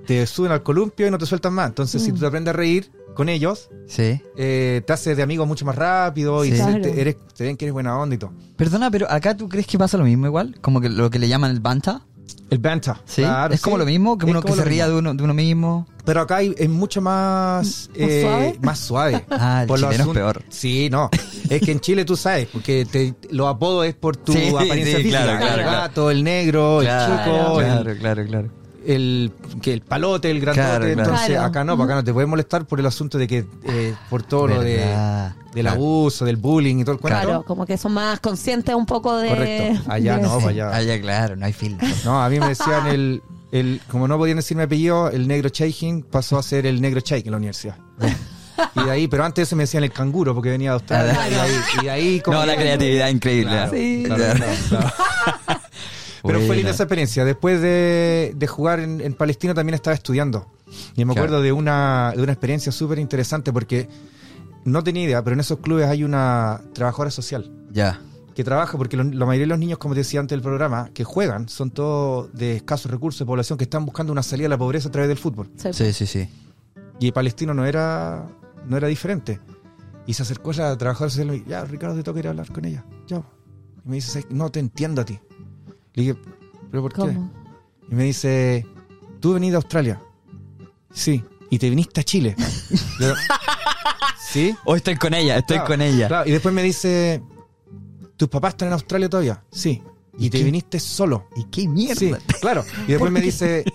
[SPEAKER 3] te suben al columpio y no te sueltan más. Entonces, si tú te aprendes a reír, con ellos,
[SPEAKER 1] Sí.
[SPEAKER 3] eh, te haces de amigos mucho más rápido y
[SPEAKER 1] Sí.
[SPEAKER 3] se-
[SPEAKER 2] Claro.
[SPEAKER 3] te, eres, te ven que eres buena onda y todo.
[SPEAKER 1] Perdona, pero acá tú crees que pasa lo mismo igual, como que lo que le llaman el banta,
[SPEAKER 3] El banta.
[SPEAKER 1] ¿sí?
[SPEAKER 3] claro,
[SPEAKER 1] es como
[SPEAKER 3] sí.
[SPEAKER 1] lo mismo, que
[SPEAKER 3] Es
[SPEAKER 1] uno que
[SPEAKER 3] como
[SPEAKER 1] se
[SPEAKER 3] lo
[SPEAKER 1] ría
[SPEAKER 3] mismo.
[SPEAKER 1] de uno, de uno mismo.
[SPEAKER 3] Pero acá hay- es mucho más, eh,
[SPEAKER 2] suave?
[SPEAKER 3] más suave.
[SPEAKER 1] Ah, el
[SPEAKER 3] los
[SPEAKER 1] chileno es
[SPEAKER 3] asun-
[SPEAKER 1] peor.
[SPEAKER 3] Sí, no. Es que en Chile tú sabes, porque te, los apodos es por tu
[SPEAKER 1] Sí,
[SPEAKER 3] apariencia
[SPEAKER 1] sí,
[SPEAKER 3] física.
[SPEAKER 1] claro,
[SPEAKER 2] claro,
[SPEAKER 3] el
[SPEAKER 1] claro.
[SPEAKER 3] gato, el negro, el chico, el-
[SPEAKER 1] claro, claro, claro.
[SPEAKER 3] el, que el palote, el grandote.
[SPEAKER 1] Claro, claro.
[SPEAKER 3] Entonces,
[SPEAKER 2] Claro.
[SPEAKER 3] acá no, pues acá no te puedes molestar por el asunto de que, eh, por todo lo de,
[SPEAKER 1] Verdad.
[SPEAKER 3] del
[SPEAKER 1] Claro.
[SPEAKER 3] abuso, del bullying y todo el cuento.
[SPEAKER 2] Claro, como que son más conscientes un poco de.
[SPEAKER 3] Correcto. Allá
[SPEAKER 2] de
[SPEAKER 3] no,
[SPEAKER 2] eso.
[SPEAKER 3] pues para allá.
[SPEAKER 1] Ah, ya, claro, no hay filtro.
[SPEAKER 3] No, a mí me decían el, el. Como no podían decir mi apellido, el negro Chaikin pasó a ser el negro Chaik en la universidad. Y de ahí, pero antes de eso me decían el canguro porque venía de Australia.
[SPEAKER 1] Claro.
[SPEAKER 3] Y de ahí, y de ahí como
[SPEAKER 1] No, la
[SPEAKER 3] que-
[SPEAKER 1] creatividad increíble.
[SPEAKER 3] Claro,
[SPEAKER 1] ¿eh?
[SPEAKER 2] Sí.
[SPEAKER 3] claro,
[SPEAKER 1] Claro.
[SPEAKER 3] claro, claro. Pero fue
[SPEAKER 1] Buena.
[SPEAKER 3] linda esa experiencia. Después de, de jugar en, en Palestina también estaba estudiando. Y me acuerdo
[SPEAKER 1] Claro.
[SPEAKER 3] de, una, de una experiencia súper interesante porque no tenía idea, pero en esos clubes hay una trabajadora social
[SPEAKER 1] Ya.
[SPEAKER 3] que trabaja, porque lo- la mayoría de los niños, como te decía antes del programa, que juegan, son todos de escasos recursos de población que están buscando una salida de la pobreza a través del fútbol.
[SPEAKER 2] Sí.
[SPEAKER 1] Sí, sí, sí.
[SPEAKER 3] Y el palestino no era, no era diferente. Y se acercó a la trabajadora social y me dijo, ya, Ricardo, te toca ir a hablar con ella. Ya. Y me dice, "Sabes que no te entiendo a ti. Le dije, ¿pero por qué?
[SPEAKER 2] ¿Cómo?
[SPEAKER 3] Y me dice, ¿tú venís de Australia? Sí. ¿Y te viniste a Chile? Le digo, ¿Sí?
[SPEAKER 1] Hoy estoy con ella, estoy
[SPEAKER 3] Claro,
[SPEAKER 1] con ella.
[SPEAKER 3] Claro, y después me dice, ¿tus papás están en Australia todavía? Sí. ¿Y,
[SPEAKER 1] ¿Y
[SPEAKER 3] te
[SPEAKER 1] qué?
[SPEAKER 3] viniste solo?
[SPEAKER 1] ¿Y qué mierda?
[SPEAKER 3] Sí, claro. Y después me dice,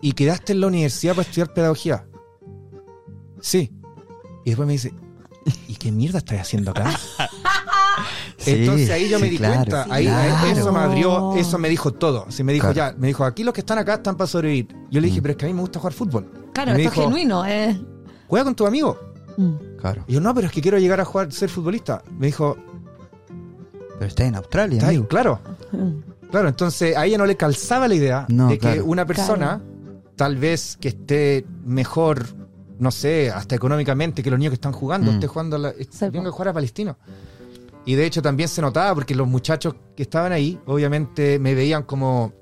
[SPEAKER 3] ¿y quedaste en la universidad para estudiar pedagogía? Sí. Y después me dice, ¿y qué mierda estás haciendo acá?
[SPEAKER 1] Sí,
[SPEAKER 3] Entonces ahí yo me
[SPEAKER 1] sí,
[SPEAKER 3] di
[SPEAKER 1] claro.
[SPEAKER 3] cuenta, ahí
[SPEAKER 1] Claro.
[SPEAKER 3] eso me abrió, eso me dijo todo. Sí, me dijo
[SPEAKER 1] Claro.
[SPEAKER 3] ya, me dijo, aquí los que están acá están para sobrevivir. Yo le dije,
[SPEAKER 1] Mm.
[SPEAKER 3] pero es que a mí me gusta jugar fútbol.
[SPEAKER 2] Claro,
[SPEAKER 3] Y me
[SPEAKER 2] esto
[SPEAKER 3] dijo,
[SPEAKER 2] es genuino, eh.
[SPEAKER 3] Juega con tu amigo.
[SPEAKER 2] Mm.
[SPEAKER 1] Claro.
[SPEAKER 3] Y yo, no, pero es que quiero llegar a jugar, ser futbolista. Me dijo,
[SPEAKER 1] Pero está en Australia,
[SPEAKER 3] "Está ahí,
[SPEAKER 1] amigo.
[SPEAKER 3] claro.
[SPEAKER 2] Mm.
[SPEAKER 3] Claro, entonces a ella no le calzaba la idea
[SPEAKER 1] No,
[SPEAKER 3] de que
[SPEAKER 1] claro.
[SPEAKER 3] una persona, tal vez que esté mejor, no sé, hasta económicamente que los niños que están jugando,
[SPEAKER 1] Mm.
[SPEAKER 3] esté jugando, a la,
[SPEAKER 2] Sí,
[SPEAKER 3] tenga
[SPEAKER 2] po.
[SPEAKER 3] que jugar a Palestino. Y de hecho también se notaba porque los muchachos que estaban ahí, obviamente me veían como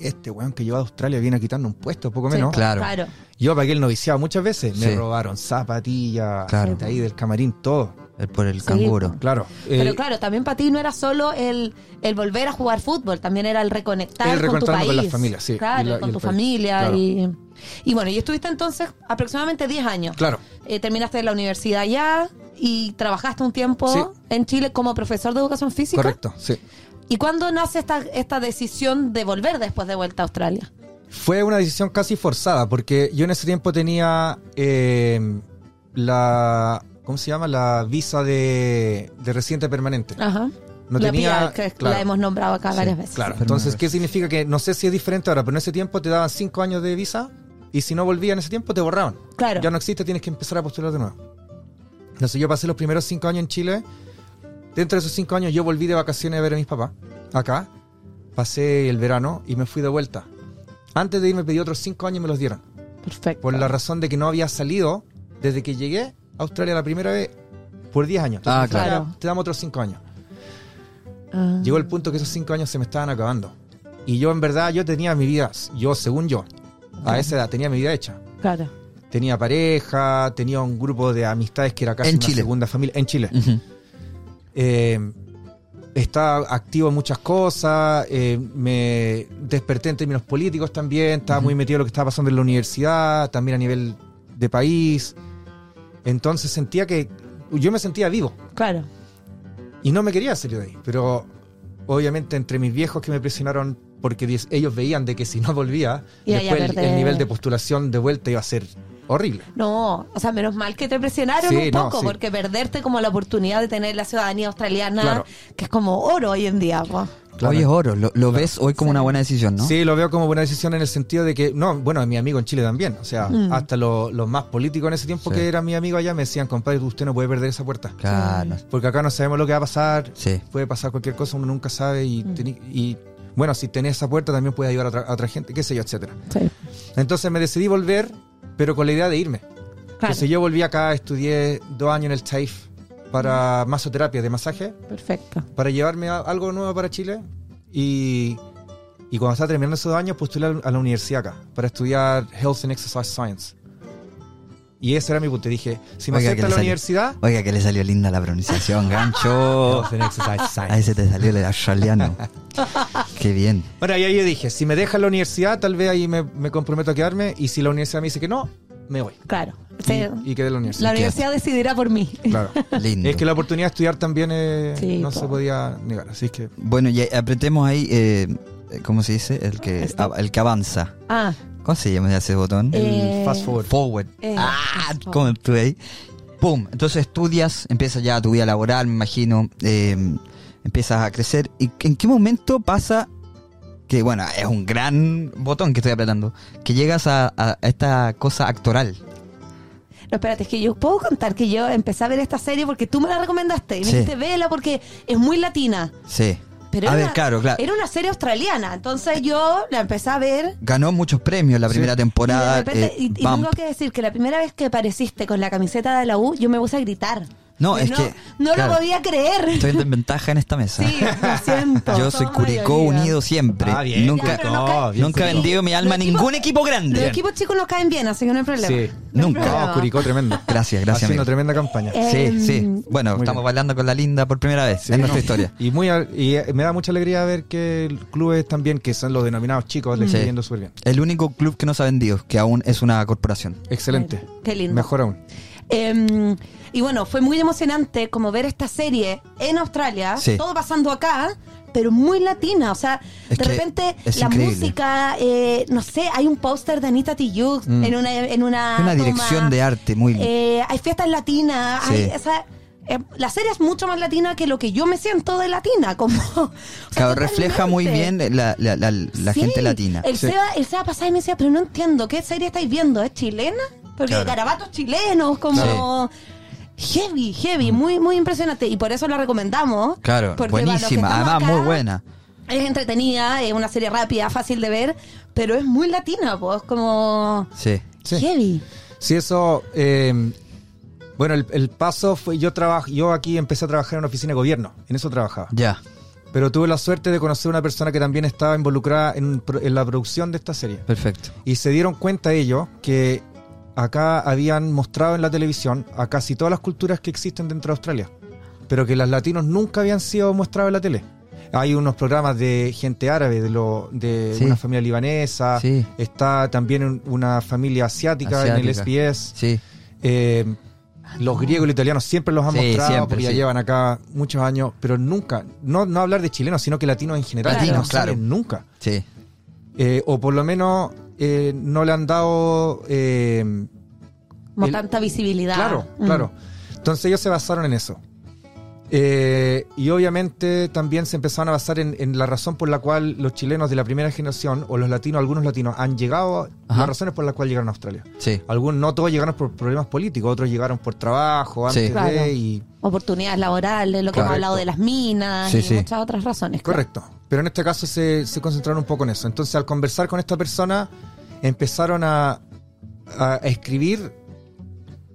[SPEAKER 3] este weón que lleva a Australia viene a quitarnos un puesto, poco
[SPEAKER 2] Sí,
[SPEAKER 3] menos.
[SPEAKER 1] Claro.
[SPEAKER 2] Claro.
[SPEAKER 3] Yo pagué el noviciado muchas veces, me
[SPEAKER 1] Sí.
[SPEAKER 3] robaron zapatillas,
[SPEAKER 1] Claro.
[SPEAKER 3] de ahí del camarín, todo.
[SPEAKER 1] El- Por el
[SPEAKER 2] Sí.
[SPEAKER 1] canguro.
[SPEAKER 3] Claro.
[SPEAKER 2] Pero
[SPEAKER 3] eh,
[SPEAKER 2] claro, también para ti no era solo el, el volver a jugar fútbol, también era el reconectar
[SPEAKER 3] El
[SPEAKER 2] con tu
[SPEAKER 3] reconectarme
[SPEAKER 2] país.
[SPEAKER 3] con las familias, sí,
[SPEAKER 2] Claro,
[SPEAKER 3] y la-
[SPEAKER 2] con
[SPEAKER 3] y el
[SPEAKER 2] tu
[SPEAKER 3] país,
[SPEAKER 2] familia.
[SPEAKER 3] claro.
[SPEAKER 2] Y, y bueno, y estuviste entonces aproximadamente 10 años.
[SPEAKER 3] Claro.
[SPEAKER 2] Eh, terminaste la universidad allá y trabajaste un tiempo
[SPEAKER 3] Sí.
[SPEAKER 2] en Chile como profesor de educación física.
[SPEAKER 3] Correcto, sí.
[SPEAKER 2] ¿Y cuándo nace esta, esta decisión de volver después de vuelta a Australia?
[SPEAKER 3] Fue una decisión casi forzada, porque yo en ese tiempo tenía eh, la. ¿Cómo se llama? La visa de, de residente permanente.
[SPEAKER 2] Ajá.
[SPEAKER 3] No
[SPEAKER 2] Ah, la
[SPEAKER 3] tenía.
[SPEAKER 2] PR, que
[SPEAKER 3] claro,
[SPEAKER 2] la hemos nombrado acá
[SPEAKER 3] sí,
[SPEAKER 2] varias veces.
[SPEAKER 3] Claro.
[SPEAKER 1] Sí.
[SPEAKER 3] Entonces, ¿qué significa? Que no sé si es diferente ahora, pero en ese tiempo te daban cinco años de visa y si no volvían en ese tiempo te borraban.
[SPEAKER 2] Claro.
[SPEAKER 3] Ya no existe, tienes que empezar a postular de nuevo. Entonces, yo pasé los primeros cinco años en Chile. Dentro de esos cinco años, yo volví de vacaciones a ver a mis papás acá. Pasé el verano y me fui de vuelta. Antes de irme pedí otros cinco años y me los dieron
[SPEAKER 2] Perfecto.
[SPEAKER 3] por la razón de que no había salido desde que llegué a Australia la primera vez por 10 años.
[SPEAKER 1] Ah,
[SPEAKER 3] Entonces,
[SPEAKER 2] claro.
[SPEAKER 3] ya Te damos otros 5 años.
[SPEAKER 2] Ah.
[SPEAKER 3] Llegó el punto que esos 5 años se me estaban acabando. Y yo en verdad, yo tenía mi vida, yo según yo, a esa edad tenía mi vida hecha.
[SPEAKER 2] Claro.
[SPEAKER 3] Tenía pareja, tenía un grupo de amistades que era casi
[SPEAKER 1] En
[SPEAKER 3] una
[SPEAKER 1] Chile. Mm.
[SPEAKER 3] segunda familia en Chile.
[SPEAKER 1] Ujú.
[SPEAKER 3] Eh, estaba activo en muchas cosas, eh, me desperté en términos políticos también, estaba muy metido en lo que estaba pasando en la universidad, también a nivel de país. Entonces sentía que yo me sentía vivo
[SPEAKER 2] Claro.
[SPEAKER 3] y no me quería salir de ahí, pero obviamente entre mis viejos que me presionaron porque dis- ellos veían de que si no volvía,
[SPEAKER 2] Iba a
[SPEAKER 3] después el,
[SPEAKER 2] perder.
[SPEAKER 3] el nivel de postulación de vuelta iba a ser horrible.
[SPEAKER 2] No, o sea, menos mal que te presionaron
[SPEAKER 3] Sí,
[SPEAKER 2] un
[SPEAKER 3] no,
[SPEAKER 2] poco,
[SPEAKER 3] sí.
[SPEAKER 2] porque perderte como la oportunidad de tener la ciudadanía australiana,
[SPEAKER 3] Claro.
[SPEAKER 2] que es como oro hoy en día. po.
[SPEAKER 3] Claro.
[SPEAKER 1] Hoy es oro. Lo, lo ves hoy como una buena decisión, ¿no?
[SPEAKER 3] Sí, lo veo como buena decisión en el sentido de que, no, bueno, mi amigo en Chile también, o sea,
[SPEAKER 2] Mm.
[SPEAKER 3] hasta lo- los más políticos en ese tiempo
[SPEAKER 1] Sí.
[SPEAKER 3] que era mi amigo allá me decían, compadre, usted no puede perder esa puerta,
[SPEAKER 1] Claro.
[SPEAKER 3] porque acá no sabemos lo que va a pasar,
[SPEAKER 1] Sí. Mm.
[SPEAKER 3] puede pasar cualquier cosa, uno nunca sabe y, teni- y, bueno, si tenés esa puerta también puede ayudar a otra, a otra gente, qué sé yo, etcétera. Entonces me decidí volver, pero con la idea de irme.
[SPEAKER 2] Claro,
[SPEAKER 3] Entonces yo volví acá, estudié dos años en el TAFE para
[SPEAKER 1] Mm.
[SPEAKER 3] masoterapia de masaje,
[SPEAKER 2] perfecto.
[SPEAKER 3] para llevarme a- algo nuevo para Chile y, y cuando estaba terminando esos dos años postulé a la universidad acá para estudiar Health and Exercise Science. Y ese era mi punto. Y dije, si me
[SPEAKER 1] Oiga, que
[SPEAKER 3] acepta
[SPEAKER 1] le
[SPEAKER 3] la
[SPEAKER 1] salió-
[SPEAKER 3] universidad,
[SPEAKER 1] Oiga, que le salió linda la pronunciación, gancho.
[SPEAKER 3] Health and Exercise Science.
[SPEAKER 1] Ahí se te salió el australiano. Qué bien.
[SPEAKER 3] Bueno, y ahí yo dije, si me deja la universidad, tal vez ahí me, me comprometo a quedarme. Y si la universidad me dice que no, me voy.
[SPEAKER 2] Claro.
[SPEAKER 3] Y,
[SPEAKER 2] Se-
[SPEAKER 3] y quedé en la universidad.
[SPEAKER 2] la universidad decidirá por mí.
[SPEAKER 3] Claro.
[SPEAKER 1] Lindo.
[SPEAKER 3] Es que la oportunidad de estudiar también eh,
[SPEAKER 2] Sí,
[SPEAKER 3] no
[SPEAKER 2] po.
[SPEAKER 3] se podía negar. Así que
[SPEAKER 1] Bueno, y apretemos ahí, eh, ¿cómo se dice? El que,
[SPEAKER 2] Stop.
[SPEAKER 1] el que avanza.
[SPEAKER 2] Ah,
[SPEAKER 1] ¿Cómo se llama ese botón?
[SPEAKER 2] Eh,
[SPEAKER 3] el fast forward.
[SPEAKER 1] Forward.
[SPEAKER 2] eh,
[SPEAKER 1] ah,
[SPEAKER 2] fast forward.
[SPEAKER 1] ¿cómo estuve ahí? Pum. Entonces estudias, empiezas ya tu vida laboral, me imagino. eh, empiezas a crecer. ¿Y en qué momento pasa que, bueno, es un gran botón que estoy apretando, que llegas a, a esta cosa actoral?
[SPEAKER 2] No, espérate, es que yo puedo contar que yo empecé a ver esta serie porque tú me la recomendaste. Y me
[SPEAKER 1] Sí.
[SPEAKER 2] dijiste, vela porque es muy latina.
[SPEAKER 1] Sí.
[SPEAKER 2] Pero
[SPEAKER 1] a
[SPEAKER 2] era,
[SPEAKER 1] ver, claro, claro.
[SPEAKER 2] era una serie australiana. Entonces yo la empecé a ver.
[SPEAKER 1] Ganó muchos premios la
[SPEAKER 3] Sí.
[SPEAKER 1] primera temporada.
[SPEAKER 2] y, de repente-
[SPEAKER 1] eh,
[SPEAKER 2] y- y
[SPEAKER 1] Bump.
[SPEAKER 2] tengo que decir que la primera vez que apareciste con la camiseta de la U, yo me puse a gritar.
[SPEAKER 1] No,
[SPEAKER 2] Y
[SPEAKER 1] es que-
[SPEAKER 2] No
[SPEAKER 1] claro.
[SPEAKER 2] lo podía creer.
[SPEAKER 1] Estoy en ventaja en esta mesa.
[SPEAKER 2] Sí, lo siento.
[SPEAKER 1] Yo soy
[SPEAKER 2] somos
[SPEAKER 1] Curicó
[SPEAKER 2] mayoría.
[SPEAKER 1] unido siempre.
[SPEAKER 3] Ah, bien,
[SPEAKER 1] nunca
[SPEAKER 2] Ya, pero no ca-
[SPEAKER 3] bien,
[SPEAKER 1] nunca he
[SPEAKER 3] Curicó.
[SPEAKER 1] vendido mi alma a
[SPEAKER 2] Los
[SPEAKER 1] ningún equipo
[SPEAKER 2] Los
[SPEAKER 1] grande.
[SPEAKER 2] equipos chicos nos caen bien, así que no hay problema.
[SPEAKER 3] sí,
[SPEAKER 2] No hay
[SPEAKER 1] Nunca.
[SPEAKER 2] problema.
[SPEAKER 3] No, Curicó tremendo.
[SPEAKER 1] Gracias, gracias,
[SPEAKER 3] Haciendo
[SPEAKER 1] amigo.
[SPEAKER 3] tremenda campaña.
[SPEAKER 2] Eh,
[SPEAKER 1] Sí,
[SPEAKER 2] Em,
[SPEAKER 1] sí. Bueno,
[SPEAKER 3] Muy
[SPEAKER 1] estamos
[SPEAKER 3] bien.
[SPEAKER 1] bailando con la linda por primera vez en nuestra historia.
[SPEAKER 3] Y muy al- y eh, me da mucha alegría ver que el- clubes también, que son los denominados chicos, le
[SPEAKER 1] Sí.
[SPEAKER 3] está yendo súper bien.
[SPEAKER 1] El único club que no se ha vendido, que aún es una corporación.
[SPEAKER 3] Excelente.
[SPEAKER 2] Qué lindo.
[SPEAKER 3] Mejor aún.
[SPEAKER 2] Em, y bueno, fue muy emocionante como ver esta serie en Australia,
[SPEAKER 1] Sí.
[SPEAKER 2] todo pasando acá, pero muy latina. O sea,
[SPEAKER 1] Es
[SPEAKER 2] de
[SPEAKER 1] que
[SPEAKER 2] repente
[SPEAKER 1] es
[SPEAKER 2] la
[SPEAKER 1] increíble.
[SPEAKER 2] música, eh, no sé, hay un póster de Anita Tijoux
[SPEAKER 3] Mm.
[SPEAKER 2] en una en una,
[SPEAKER 1] Es una
[SPEAKER 2] Ah, toma.
[SPEAKER 1] dirección de arte muy
[SPEAKER 2] Eh, hay fiestas latinas,
[SPEAKER 1] Sí.
[SPEAKER 2] hay- o sea, eh, la serie es mucho más latina que lo que yo me siento de latina, como o sea,
[SPEAKER 1] Claro, refleja muy
[SPEAKER 2] totalmente.
[SPEAKER 1] bien la, la- la- la
[SPEAKER 2] Sí.
[SPEAKER 1] gente latina.
[SPEAKER 2] El,
[SPEAKER 3] Sí.
[SPEAKER 2] Seba, el Seba pasaba y me decía, pero no entiendo, ¿qué serie estáis viendo? ¿Es chilena? Porque
[SPEAKER 1] Claro.
[SPEAKER 2] garabatos chilenos, como... Heavy, heavy, muy, muy impresionante. Y por eso la recomendamos.
[SPEAKER 1] Claro,
[SPEAKER 2] porque para los que
[SPEAKER 1] buenísima.
[SPEAKER 2] estamos
[SPEAKER 1] Además,
[SPEAKER 2] acá,
[SPEAKER 1] muy buena.
[SPEAKER 2] Es entretenida, es una serie rápida, fácil de ver, pero es muy latina, pues, como...
[SPEAKER 1] Sí.
[SPEAKER 3] Sí.
[SPEAKER 2] Heavy.
[SPEAKER 3] Sí, eso. eh, bueno, el, el paso fue. Yo, trabajo yo aquí empecé a trabajar en una oficina de gobierno. En eso trabajaba.
[SPEAKER 1] Ya.
[SPEAKER 3] Pero tuve la suerte de conocer a una persona que también estaba involucrada en, pro- en la producción de esta serie.
[SPEAKER 1] Perfecto.
[SPEAKER 3] Y se dieron cuenta ellos que acá habían mostrado en la televisión a casi todas las culturas que existen dentro de Australia, pero que los latinos nunca habían sido mostrados en la tele. Hay unos programas de gente árabe, de, lo, de
[SPEAKER 1] Sí.
[SPEAKER 3] una familia libanesa,
[SPEAKER 1] Sí.
[SPEAKER 3] está también un- una familia asiática, en el
[SPEAKER 1] Asiática.
[SPEAKER 3] SBS.
[SPEAKER 1] Sí.
[SPEAKER 3] Eh, los griegos y los italianos siempre los han
[SPEAKER 1] Sí,
[SPEAKER 3] mostrado
[SPEAKER 1] siempre,
[SPEAKER 3] porque ya
[SPEAKER 1] sí.
[SPEAKER 3] llevan acá muchos años, pero nunca, no, no hablar de chilenos, sino que latinos en general,
[SPEAKER 1] Latinos,
[SPEAKER 3] no salen
[SPEAKER 1] claro.
[SPEAKER 3] nunca.
[SPEAKER 1] Sí.
[SPEAKER 3] Eh, o por lo menos eh, no le han dado... eh,
[SPEAKER 2] Como
[SPEAKER 3] El-
[SPEAKER 2] tanta visibilidad.
[SPEAKER 3] Claro,
[SPEAKER 2] Mm.
[SPEAKER 3] claro. Entonces ellos se basaron en eso. Eh, y obviamente también se empezaron a basar en, en la razón por la cual los chilenos de la primera generación o los latinos, algunos latinos, han llegado,
[SPEAKER 1] Ajá.
[SPEAKER 3] las razones por las cuales llegaron a Australia.
[SPEAKER 1] Sí.
[SPEAKER 3] Algunos, no todos llegaron por problemas políticos, otros llegaron por trabajo, antes
[SPEAKER 1] Sí.
[SPEAKER 3] de,
[SPEAKER 2] Claro.
[SPEAKER 3] y
[SPEAKER 2] Oportunidades laborales, lo que hemos
[SPEAKER 3] Correcto.
[SPEAKER 2] hablado de las minas
[SPEAKER 1] Sí,
[SPEAKER 2] y
[SPEAKER 1] sí.
[SPEAKER 2] muchas otras razones. claro.
[SPEAKER 3] Correcto. Pero en este caso se, se concentraron un poco en eso. Entonces, al conversar con esta persona, empezaron a, a escribir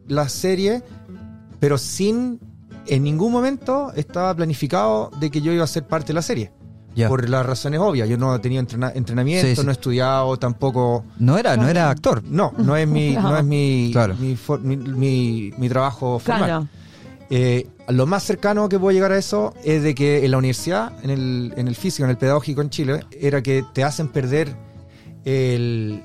[SPEAKER 3] la serie, pero sin. En ningún momento estaba planificado de que yo iba a ser parte de la serie.
[SPEAKER 1] Ya.
[SPEAKER 3] Por las razones obvias. Yo no he tenido entrena- entrenamiento,
[SPEAKER 1] Sí, sí.
[SPEAKER 3] no he estudiado, tampoco.
[SPEAKER 1] No era, no era actor.
[SPEAKER 3] No, no es mi, no es mi,
[SPEAKER 1] Claro.
[SPEAKER 3] mi, for- mi- mi- mi trabajo formal.
[SPEAKER 2] Claro.
[SPEAKER 3] Eh, lo más cercano que puedo llegar a eso es de que en la universidad, en el, en el físico, en el pedagógico en Chile, era que te hacen perder el-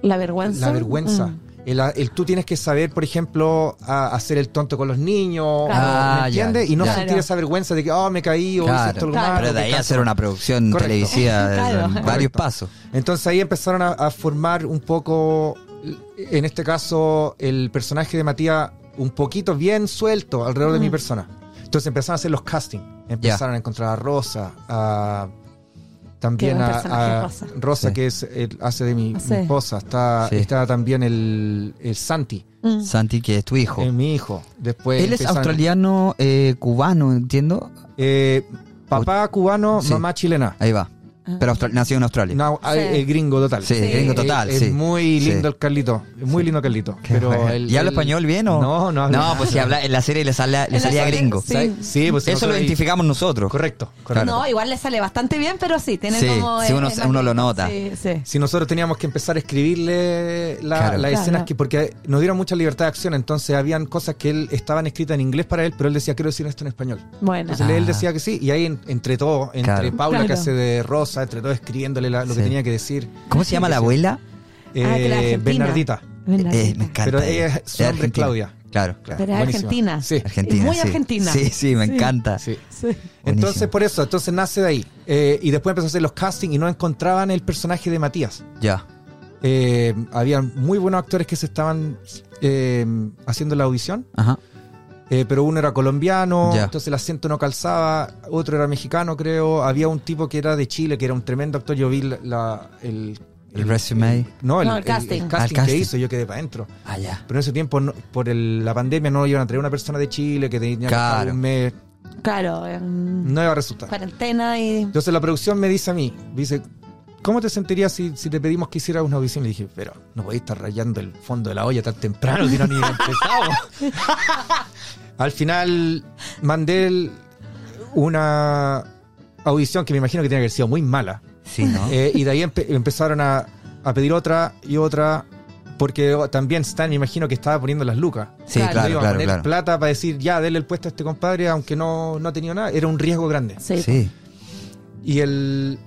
[SPEAKER 2] La vergüenza.
[SPEAKER 3] la vergüenza.
[SPEAKER 2] Mm.
[SPEAKER 3] El, el tú tienes que saber, por ejemplo, a- hacer el tonto con los niños,
[SPEAKER 2] Claro.
[SPEAKER 1] Ah, ya,
[SPEAKER 3] ¿me entiendes? Y no
[SPEAKER 1] ya.
[SPEAKER 3] sentir esa vergüenza de que, oh, me caí o hice
[SPEAKER 1] Claro.
[SPEAKER 3] esto algo
[SPEAKER 2] Claro.
[SPEAKER 3] malo,
[SPEAKER 1] Pero de
[SPEAKER 3] que
[SPEAKER 1] ahí
[SPEAKER 3] cansa.
[SPEAKER 1] hacer una producción
[SPEAKER 3] Correcto.
[SPEAKER 1] televisiva de-
[SPEAKER 2] Claro.
[SPEAKER 1] de varios
[SPEAKER 3] Correcto.
[SPEAKER 1] pasos.
[SPEAKER 3] Entonces ahí empezaron a, a formar un poco, en este caso, el personaje de Matías un poquito bien suelto alrededor de
[SPEAKER 2] Mm.
[SPEAKER 3] mi persona. Entonces empezaron a hacer los castings. Empezaron a encontrar a Rosa, a- también
[SPEAKER 2] Qué buen
[SPEAKER 3] a,
[SPEAKER 2] personaje,
[SPEAKER 3] a
[SPEAKER 2] Rosa.
[SPEAKER 3] Rosa,
[SPEAKER 1] Sí.
[SPEAKER 3] que es el- hace de mi, mi
[SPEAKER 2] Sí.
[SPEAKER 3] esposa. Está,
[SPEAKER 1] Sí.
[SPEAKER 3] está también el, el Santi,
[SPEAKER 2] Mm.
[SPEAKER 1] Santi, que es tu hijo.
[SPEAKER 3] eh, mi hijo. Después
[SPEAKER 1] Él es
[SPEAKER 3] empezaron-
[SPEAKER 1] australiano, eh, cubano, entiendo.
[SPEAKER 3] Eh, papá cubano,
[SPEAKER 1] Sí.
[SPEAKER 3] mamá chilena.
[SPEAKER 1] Ahí va.
[SPEAKER 2] Ah.
[SPEAKER 1] Pero austral- nació en Australia.
[SPEAKER 3] No, ah, es es gringo total. Eh,
[SPEAKER 1] Sí,
[SPEAKER 2] Sí. gringo
[SPEAKER 1] total,
[SPEAKER 3] Es, es
[SPEAKER 1] sí.
[SPEAKER 3] muy lindo
[SPEAKER 1] Sí.
[SPEAKER 3] el Carlito. Es muy lindo Carlito. Pero el-
[SPEAKER 1] ¿Y habla
[SPEAKER 3] el-
[SPEAKER 1] español bien o?
[SPEAKER 3] No, no habla nada.
[SPEAKER 1] pues si habla en la serie le, sale, le
[SPEAKER 2] En la
[SPEAKER 1] salía
[SPEAKER 2] serie,
[SPEAKER 1] gringo.
[SPEAKER 2] sí.
[SPEAKER 3] ¿Sabes? Sí, pues
[SPEAKER 1] Eso lo
[SPEAKER 3] nosotros ahí-
[SPEAKER 1] identificamos nosotros.
[SPEAKER 3] Correcto, correcto.
[SPEAKER 1] Claro.
[SPEAKER 2] No, igual le sale bastante bien, pero sí, tiene
[SPEAKER 1] Sí,
[SPEAKER 2] como.
[SPEAKER 1] sí,
[SPEAKER 2] eh,
[SPEAKER 1] uno-
[SPEAKER 2] eh,
[SPEAKER 1] uno lo nota.
[SPEAKER 2] Sí, sí.
[SPEAKER 3] Si nosotros teníamos que empezar a escribirle la-
[SPEAKER 1] Claro.
[SPEAKER 3] las
[SPEAKER 2] Claro.
[SPEAKER 3] escenas, que porque nos dieron mucha libertad de acción, entonces habían cosas que él estaban escritas en inglés para él, pero él decía, quiero decir esto en español.
[SPEAKER 2] Bueno.
[SPEAKER 3] Entonces
[SPEAKER 1] Ah.
[SPEAKER 3] él decía que sí, y ahí en- entre todo, entre
[SPEAKER 1] Claro.
[SPEAKER 3] Paula que
[SPEAKER 2] Claro.
[SPEAKER 3] hace de Rosa, entre todo escribiéndole la- lo
[SPEAKER 1] Sí.
[SPEAKER 3] que tenía que decir.
[SPEAKER 1] ¿Cómo se llama la abuela?
[SPEAKER 2] Ah, que la
[SPEAKER 3] Eh,
[SPEAKER 2] argentina.
[SPEAKER 3] Bernardita.
[SPEAKER 1] Eh, me encanta.
[SPEAKER 3] Pero ella es- su nombre es
[SPEAKER 1] argentina.
[SPEAKER 3] Claudia.
[SPEAKER 1] Claro, claro.
[SPEAKER 2] Pero es
[SPEAKER 3] Buenísima.
[SPEAKER 2] argentina.
[SPEAKER 3] Sí.
[SPEAKER 1] Argentina.
[SPEAKER 2] Muy
[SPEAKER 1] sí.
[SPEAKER 2] argentina.
[SPEAKER 1] Sí, sí, me
[SPEAKER 2] Sí.
[SPEAKER 1] encanta.
[SPEAKER 3] Sí.
[SPEAKER 2] Sí.
[SPEAKER 1] Buenísimo.
[SPEAKER 3] Entonces, por eso, entonces nace de ahí. Eh, y después empezó a hacer los castings y no encontraban el personaje de Matías.
[SPEAKER 1] Ya.
[SPEAKER 3] Eh, habían muy buenos actores que se estaban eh, haciendo la audición,
[SPEAKER 1] Ajá.
[SPEAKER 3] eh, pero uno era colombiano,
[SPEAKER 1] Ya.
[SPEAKER 3] entonces el acento no calzaba, otro era mexicano, creo. Había un tipo que era de Chile, que era un tremendo actor. Yo vi la- la- el,
[SPEAKER 1] El resume.
[SPEAKER 3] no, el,
[SPEAKER 2] No, el
[SPEAKER 3] el- el
[SPEAKER 2] casting.
[SPEAKER 3] casting,
[SPEAKER 1] Ah, el casting.
[SPEAKER 3] que hizo, yo quedé para adentro.
[SPEAKER 1] Ah, ya.
[SPEAKER 3] Pero en ese tiempo, no- por el- la pandemia, no iban a traer una persona de Chile que tenía que
[SPEAKER 1] Claro.
[SPEAKER 3] estar un mes.
[SPEAKER 2] Claro, en
[SPEAKER 3] No iba a resultar.
[SPEAKER 2] cuarentena y.
[SPEAKER 3] Entonces la producción me dice a mí, dice, ¿cómo te sentirías si, si te pedimos que hicieras una audición? Le dije, pero no podéis estar rayando el fondo de la olla tan temprano, si no ni empezamos. Al final mandé el- una audición que me imagino que tiene que haber sido muy mala.
[SPEAKER 1] Sí, ¿no?
[SPEAKER 3] Eh, y de ahí empe- empezaron a, a pedir otra y otra, porque también Stan me imagino que estaba poniendo las lucas.
[SPEAKER 1] sí,
[SPEAKER 2] claro.
[SPEAKER 3] No
[SPEAKER 1] claro,
[SPEAKER 3] iba a
[SPEAKER 1] claro,
[SPEAKER 3] poner
[SPEAKER 1] claro.
[SPEAKER 3] plata para decir, ya, denle el puesto a este compadre, aunque no, no ha tenido nada. Era un riesgo grande.
[SPEAKER 2] Sí.
[SPEAKER 1] Sí.
[SPEAKER 3] Y el.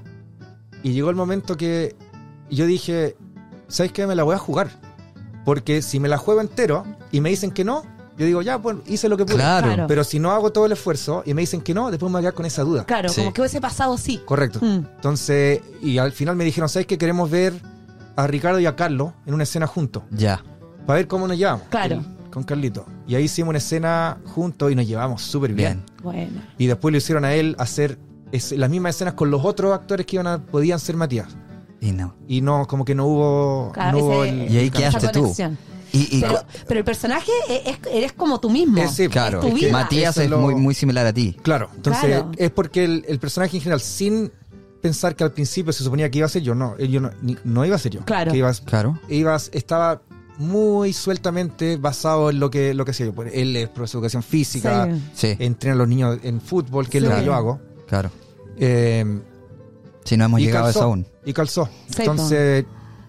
[SPEAKER 3] Y llegó el momento que yo dije, ¿sabes qué? Me la voy a jugar. Porque si me la juego entero y me dicen que no, yo digo, ya, pues hice lo que pude.
[SPEAKER 1] Claro.
[SPEAKER 2] Claro.
[SPEAKER 3] Pero si no hago todo el esfuerzo y me dicen que no, después me voy a quedar con esa duda.
[SPEAKER 2] Claro,
[SPEAKER 1] Sí.
[SPEAKER 2] como que hubiese pasado sí.
[SPEAKER 3] Correcto.
[SPEAKER 2] Mm.
[SPEAKER 3] Entonces, y al final me dijeron, ¿sabes qué? Queremos ver a Ricardo y a Carlos en una escena juntos.
[SPEAKER 1] Ya.
[SPEAKER 3] Para ver cómo nos llevamos.
[SPEAKER 2] Claro.
[SPEAKER 3] el- con Carlito. Y ahí hicimos una escena juntos y nos llevamos súper bien.
[SPEAKER 1] Bien.
[SPEAKER 2] Bueno.
[SPEAKER 3] Y después le hicieron a él hacer es- las mismas escenas con los otros actores que iban a- podían ser Matías.
[SPEAKER 1] Y no.
[SPEAKER 3] Y no, como que no hubo.
[SPEAKER 2] Claro,
[SPEAKER 3] no hubo
[SPEAKER 2] ese-
[SPEAKER 1] Y ahí quedaste
[SPEAKER 2] esa
[SPEAKER 1] tú.
[SPEAKER 2] conexión.
[SPEAKER 1] Y, y
[SPEAKER 2] Pero, pero el personaje e- es- eres como tú mismo.
[SPEAKER 3] Es- sí,
[SPEAKER 1] claro,
[SPEAKER 2] es tu vida.
[SPEAKER 1] Matías
[SPEAKER 3] Eso
[SPEAKER 1] es
[SPEAKER 3] lo-
[SPEAKER 1] muy, muy similar a ti.
[SPEAKER 3] Claro, entonces
[SPEAKER 2] Claro.
[SPEAKER 3] es porque el, el personaje en general, sin pensar que al principio se suponía que iba a ser yo, no, eh, yo no, ni- no iba a ser yo.
[SPEAKER 2] Claro.
[SPEAKER 3] Que ibas,
[SPEAKER 1] Claro.
[SPEAKER 3] ibas- estaba muy sueltamente basado en lo que, lo que hacía yo. Pues Él es profesor de educación física,
[SPEAKER 2] Sí.
[SPEAKER 1] Sí,
[SPEAKER 3] entrena a los niños en fútbol, que es lo
[SPEAKER 2] Sí.
[SPEAKER 3] que yo hago.
[SPEAKER 1] claro.
[SPEAKER 3] Eh,
[SPEAKER 1] Si no hemos
[SPEAKER 3] y
[SPEAKER 1] llegado a eso
[SPEAKER 3] calzó,
[SPEAKER 1] aún.
[SPEAKER 3] Y calzó.
[SPEAKER 2] Sí,
[SPEAKER 3] Entonces,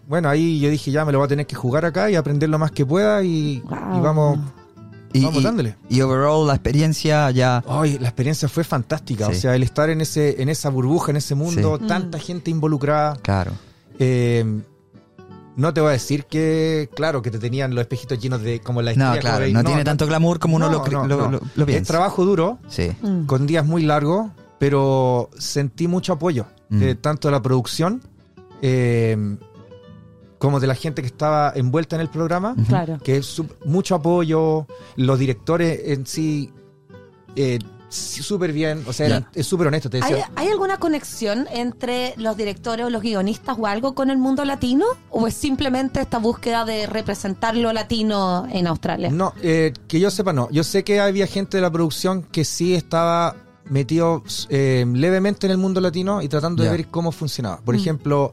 [SPEAKER 3] bueno, ahí yo dije, ya me lo voy a tener que jugar acá y aprender lo más que pueda y,
[SPEAKER 2] Wow.
[SPEAKER 3] y vamos.
[SPEAKER 1] Y,
[SPEAKER 3] Vamos
[SPEAKER 1] y-
[SPEAKER 3] dándole.
[SPEAKER 1] y overall, la experiencia ya.
[SPEAKER 3] Ay, la experiencia fue fantástica.
[SPEAKER 1] Sí.
[SPEAKER 3] O sea, el estar en ese, en esa burbuja, en ese mundo,
[SPEAKER 2] Sí.
[SPEAKER 3] tanta gente involucrada.
[SPEAKER 1] Claro.
[SPEAKER 3] Eh, no te voy a decir que, claro, que te tenían los espejitos llenos de como la
[SPEAKER 1] No,
[SPEAKER 3] historia.
[SPEAKER 1] claro. No,
[SPEAKER 3] como-
[SPEAKER 1] tiene tanto glamour como uno
[SPEAKER 3] no,
[SPEAKER 1] lo, cre-
[SPEAKER 3] no,
[SPEAKER 1] lo,
[SPEAKER 3] no.
[SPEAKER 1] lo- lo
[SPEAKER 3] Es
[SPEAKER 1] piensa.
[SPEAKER 3] trabajo duro,
[SPEAKER 1] Sí.
[SPEAKER 2] Mm.
[SPEAKER 3] con días muy largos, pero sentí mucho apoyo,
[SPEAKER 1] Mm.
[SPEAKER 3] de tanto de la producción eh, como de la gente que estaba envuelta en el programa
[SPEAKER 1] Ujú.
[SPEAKER 2] Claro.
[SPEAKER 3] que es sup- mucho apoyo, los directores en sí, eh, sí, súper bien, o sea, eran- es súper honesto, te
[SPEAKER 2] ¿Hay,
[SPEAKER 3] decía.
[SPEAKER 2] hay alguna conexión entre los directores o los guionistas o algo con el mundo latino? ¿O es simplemente esta búsqueda de representar lo latino en Australia?
[SPEAKER 3] No, eh, que yo sepa, no. Yo sé que había gente de la producción que sí estaba metido eh, levemente en el mundo latino y tratando
[SPEAKER 1] Ya.
[SPEAKER 3] de ver cómo funcionaba. Por
[SPEAKER 2] Mm.
[SPEAKER 3] ejemplo,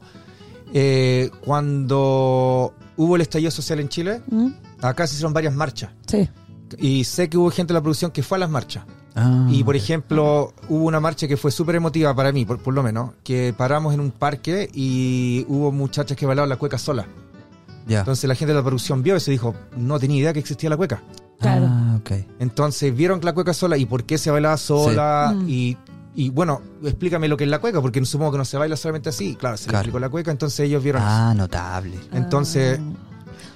[SPEAKER 3] eh, cuando hubo el estallido social en Chile,
[SPEAKER 2] Mm,
[SPEAKER 3] acá se hicieron varias marchas.
[SPEAKER 2] Sí.
[SPEAKER 3] Y sé que hubo gente de la producción que fue a las marchas.
[SPEAKER 1] Ah,
[SPEAKER 3] Y por ejemplo, hubo una marcha que fue súper emotiva para mí, por, por lo menos, que paramos en un parque y hubo muchachas que bailaban la cueca sola.
[SPEAKER 1] Ah, ya.
[SPEAKER 3] Entonces la gente de la producción vio eso y dijo, no tenía idea que existía la cueca.
[SPEAKER 2] Claro.
[SPEAKER 1] Ah, ok.
[SPEAKER 3] Entonces vieron la cueca sola y por qué se bailaba sola
[SPEAKER 2] Mm.
[SPEAKER 3] y, y, bueno, explícame lo que es la cueca, porque supongo que no se baila solamente así. Claro, se le
[SPEAKER 1] Claro.
[SPEAKER 3] explicó la cueca, entonces ellos vieron
[SPEAKER 1] Ah, notable.
[SPEAKER 3] eso. Entonces,
[SPEAKER 2] Ah.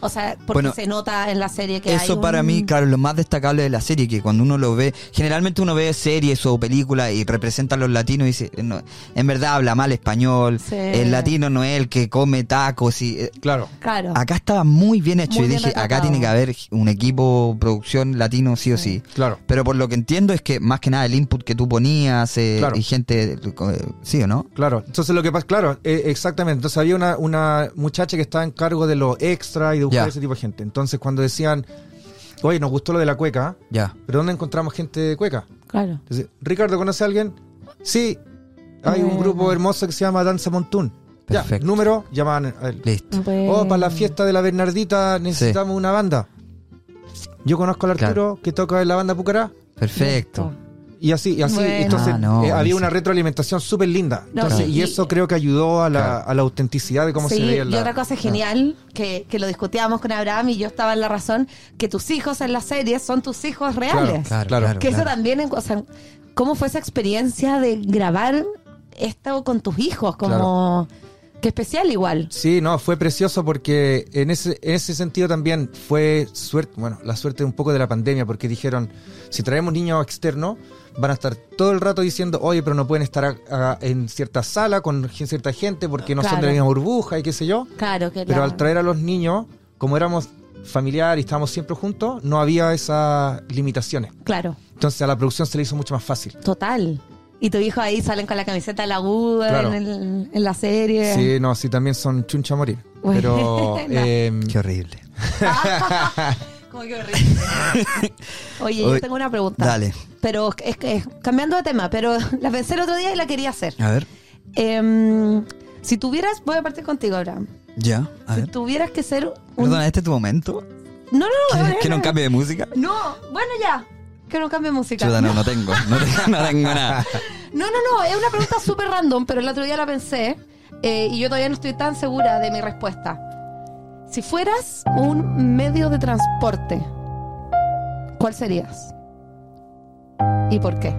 [SPEAKER 2] O sea, porque
[SPEAKER 1] Bueno,
[SPEAKER 2] se nota en la serie que hay
[SPEAKER 1] Eso para
[SPEAKER 2] un-
[SPEAKER 1] mí, claro, lo más destacable de la serie, que cuando uno lo ve, generalmente uno ve series o películas y representa a los latinos y dice, "Eh, "No, en verdad habla mal español,
[SPEAKER 2] Sí.
[SPEAKER 1] el latino no es el que come tacos y... eh,
[SPEAKER 3] claro,
[SPEAKER 2] Claro.
[SPEAKER 1] Acá estaba muy bien hecho y
[SPEAKER 2] Muy bien
[SPEAKER 1] dije, acá
[SPEAKER 2] retratado.
[SPEAKER 1] tiene que haber un equipo producción latino sí o sí.
[SPEAKER 3] claro.
[SPEAKER 1] Pero por lo que entiendo es que más que nada el input que tú ponías eh,
[SPEAKER 3] Claro.
[SPEAKER 1] y gente, eh, sí o no?
[SPEAKER 3] Claro, entonces lo que pasa, claro, eh, exactamente. Entonces había una, una muchacha que estaba en cargo de lo extra y de buscar
[SPEAKER 1] Ya.
[SPEAKER 3] ese tipo de gente. Entonces cuando decían, oye, nos gustó lo de la cueca,
[SPEAKER 1] Ya.
[SPEAKER 3] pero ¿dónde encontramos gente de cueca?
[SPEAKER 2] Claro.
[SPEAKER 3] Entonces, Ricardo, ¿conoce a alguien? Sí, Hay un
[SPEAKER 2] Bueno.
[SPEAKER 3] grupo hermoso que se llama Danza Montún. Ya,
[SPEAKER 1] Perfecto.
[SPEAKER 3] número, llamaban a él.
[SPEAKER 1] Listo.
[SPEAKER 2] Pues,
[SPEAKER 3] Oh, para
[SPEAKER 2] Em.
[SPEAKER 3] la fiesta de la Bernardita necesitamos una banda. Yo conozco al Arturo que toca en la banda Pucará.
[SPEAKER 1] Perfecto.
[SPEAKER 3] Y así, y así.
[SPEAKER 2] Bueno.
[SPEAKER 3] Entonces,
[SPEAKER 1] Ah, no,
[SPEAKER 3] eh, había
[SPEAKER 1] buenísimo.
[SPEAKER 3] una retroalimentación súper linda.
[SPEAKER 2] No,
[SPEAKER 3] Entonces,
[SPEAKER 2] y-
[SPEAKER 3] y eso creo que ayudó a la,
[SPEAKER 1] Claro.
[SPEAKER 3] a la autenticidad de cómo
[SPEAKER 2] sí,
[SPEAKER 3] se veía
[SPEAKER 2] y
[SPEAKER 3] la. Ah.
[SPEAKER 2] otra cosa genial que, que lo discutíamos con Abraham y yo estaba en la razón, que tus hijos en la serie son tus hijos reales.
[SPEAKER 1] Claro,
[SPEAKER 3] Claro.
[SPEAKER 1] claro.
[SPEAKER 2] que eso
[SPEAKER 1] claro.
[SPEAKER 2] también, en- o sea, ¿cómo fue esa experiencia de grabar esto con tus hijos? Como, que especial igual.
[SPEAKER 3] Sí, no, fue precioso porque en ese, en ese sentido también fue suerte, bueno, la suerte un poco de la pandemia, porque dijeron, si traemos niños externos, van a estar todo el rato diciendo, oye, pero no pueden estar a- a- en cierta sala con gen- cierta gente porque no son de
[SPEAKER 2] Claro.
[SPEAKER 3] la misma burbuja y qué sé yo.
[SPEAKER 2] Claro que
[SPEAKER 3] Pero
[SPEAKER 2] la-
[SPEAKER 3] al traer a los niños, como éramos familiar y estábamos siempre juntos, no había esas limitaciones.
[SPEAKER 2] Claro,
[SPEAKER 3] Entonces a la producción se le hizo mucho más fácil.
[SPEAKER 2] total. Y tus hijos ahí salen con la camiseta de la U
[SPEAKER 3] Claro.
[SPEAKER 2] en, el- en la serie.
[SPEAKER 3] Sí, no, sí, también son chuncha a morir. Pero...
[SPEAKER 2] Buena.
[SPEAKER 3] em,
[SPEAKER 1] Qué horrible.
[SPEAKER 2] Como que horrible. Oye, yo
[SPEAKER 1] Oye,
[SPEAKER 2] tengo una pregunta.
[SPEAKER 1] Dale.
[SPEAKER 2] Pero es que es- cambiando de tema, pero la pensé el otro día y la quería hacer.
[SPEAKER 1] A ver.
[SPEAKER 2] Em, si tuvieras, voy a partir contigo, Abraham.
[SPEAKER 1] Ya. A
[SPEAKER 2] si
[SPEAKER 1] ver.
[SPEAKER 2] tuvieras que ser un.
[SPEAKER 1] Perdona, ¿este es tu momento?
[SPEAKER 2] No, no, no.
[SPEAKER 1] ¿Quieres
[SPEAKER 2] no,
[SPEAKER 1] que
[SPEAKER 2] no,
[SPEAKER 1] no cambie de música?
[SPEAKER 2] No, bueno, ya. Que no cambie música.
[SPEAKER 1] Chuta, no, no tengo. No tengo, no tengo nada.
[SPEAKER 2] No, no, no, es una pregunta súper random, pero el otro día la pensé eh, y yo todavía no estoy tan segura de mi respuesta. Si fueras un medio de transporte, ¿cuál serías? ¿Y por qué?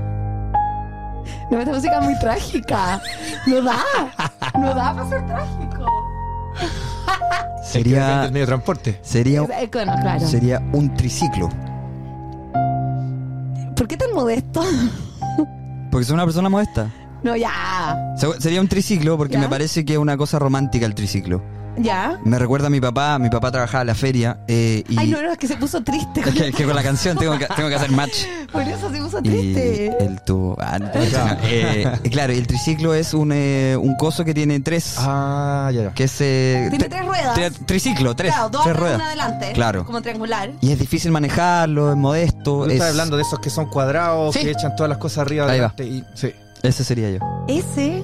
[SPEAKER 2] No, esta música es muy trágica. No da. No da para ser trágico.
[SPEAKER 3] que depende del
[SPEAKER 1] Sería.
[SPEAKER 3] medio de transporte.
[SPEAKER 1] Sería.
[SPEAKER 2] Eh, Bueno, claro.
[SPEAKER 1] Sería un triciclo.
[SPEAKER 2] ¿Por qué tan modesto?
[SPEAKER 1] Porque soy una persona modesta.
[SPEAKER 2] No, ya.
[SPEAKER 1] Se- Sería un triciclo porque
[SPEAKER 2] ¿Ya?
[SPEAKER 1] me parece que es una cosa romántica el triciclo.
[SPEAKER 2] Ya.
[SPEAKER 1] Me recuerda a mi papá, mi papá trabajaba en la feria eh, y
[SPEAKER 2] Ay, no, no, es que se puso triste.
[SPEAKER 1] es que, es que con la canción tengo que, tengo que hacer match.
[SPEAKER 2] Por eso se puso
[SPEAKER 1] Y
[SPEAKER 2] triste.
[SPEAKER 1] el tubo. ah, no, no, eh, claro, y el triciclo es un, eh, un coso que tiene tres.
[SPEAKER 3] Ah, ya, ya.
[SPEAKER 1] Que es, eh,
[SPEAKER 2] Tiene
[SPEAKER 1] tre-
[SPEAKER 2] tres ruedas.
[SPEAKER 1] tre- triciclo, tres.
[SPEAKER 2] claro, dos
[SPEAKER 1] tres
[SPEAKER 2] atrás,
[SPEAKER 1] ruedas.
[SPEAKER 2] una adelante.
[SPEAKER 1] Claro.
[SPEAKER 2] Como triangular.
[SPEAKER 1] Y es difícil manejarlo, es modesto.
[SPEAKER 3] Tú
[SPEAKER 1] Es,
[SPEAKER 3] estás hablando de esos que son cuadrados,
[SPEAKER 1] Sí.
[SPEAKER 3] que echan todas las cosas arriba
[SPEAKER 1] Ahí va.
[SPEAKER 3] adelante y- sí.
[SPEAKER 1] Ese sería yo.
[SPEAKER 2] Ese.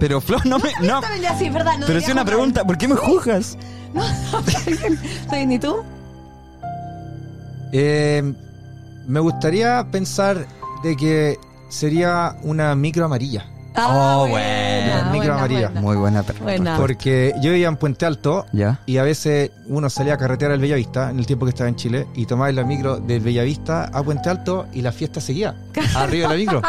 [SPEAKER 1] Pero Flor, no me. No,
[SPEAKER 2] También ya sí, es verdad. No
[SPEAKER 1] pero
[SPEAKER 2] debería
[SPEAKER 1] es una
[SPEAKER 2] contar.
[SPEAKER 1] pregunta, ¿por qué me juzgas?
[SPEAKER 2] No, no, está bien. Está bien, ¿Y tú?
[SPEAKER 1] Oh,
[SPEAKER 3] Eh, me gustaría pensar de que sería una micro amarilla.
[SPEAKER 2] Ah,
[SPEAKER 1] Oh,
[SPEAKER 2] buena,
[SPEAKER 1] bueno.
[SPEAKER 2] buena,
[SPEAKER 3] Micro amarilla.
[SPEAKER 2] buena.
[SPEAKER 1] Muy buena pregunta.
[SPEAKER 2] Buena.
[SPEAKER 3] Porque yo vivía en Puente Alto
[SPEAKER 1] ¿Ya?
[SPEAKER 3] y a veces uno salía a carretera al Bellavista en el tiempo que estaba en Chile y tomaba la micro del Bellavista a Puente Alto y la fiesta seguía arriba de la micro.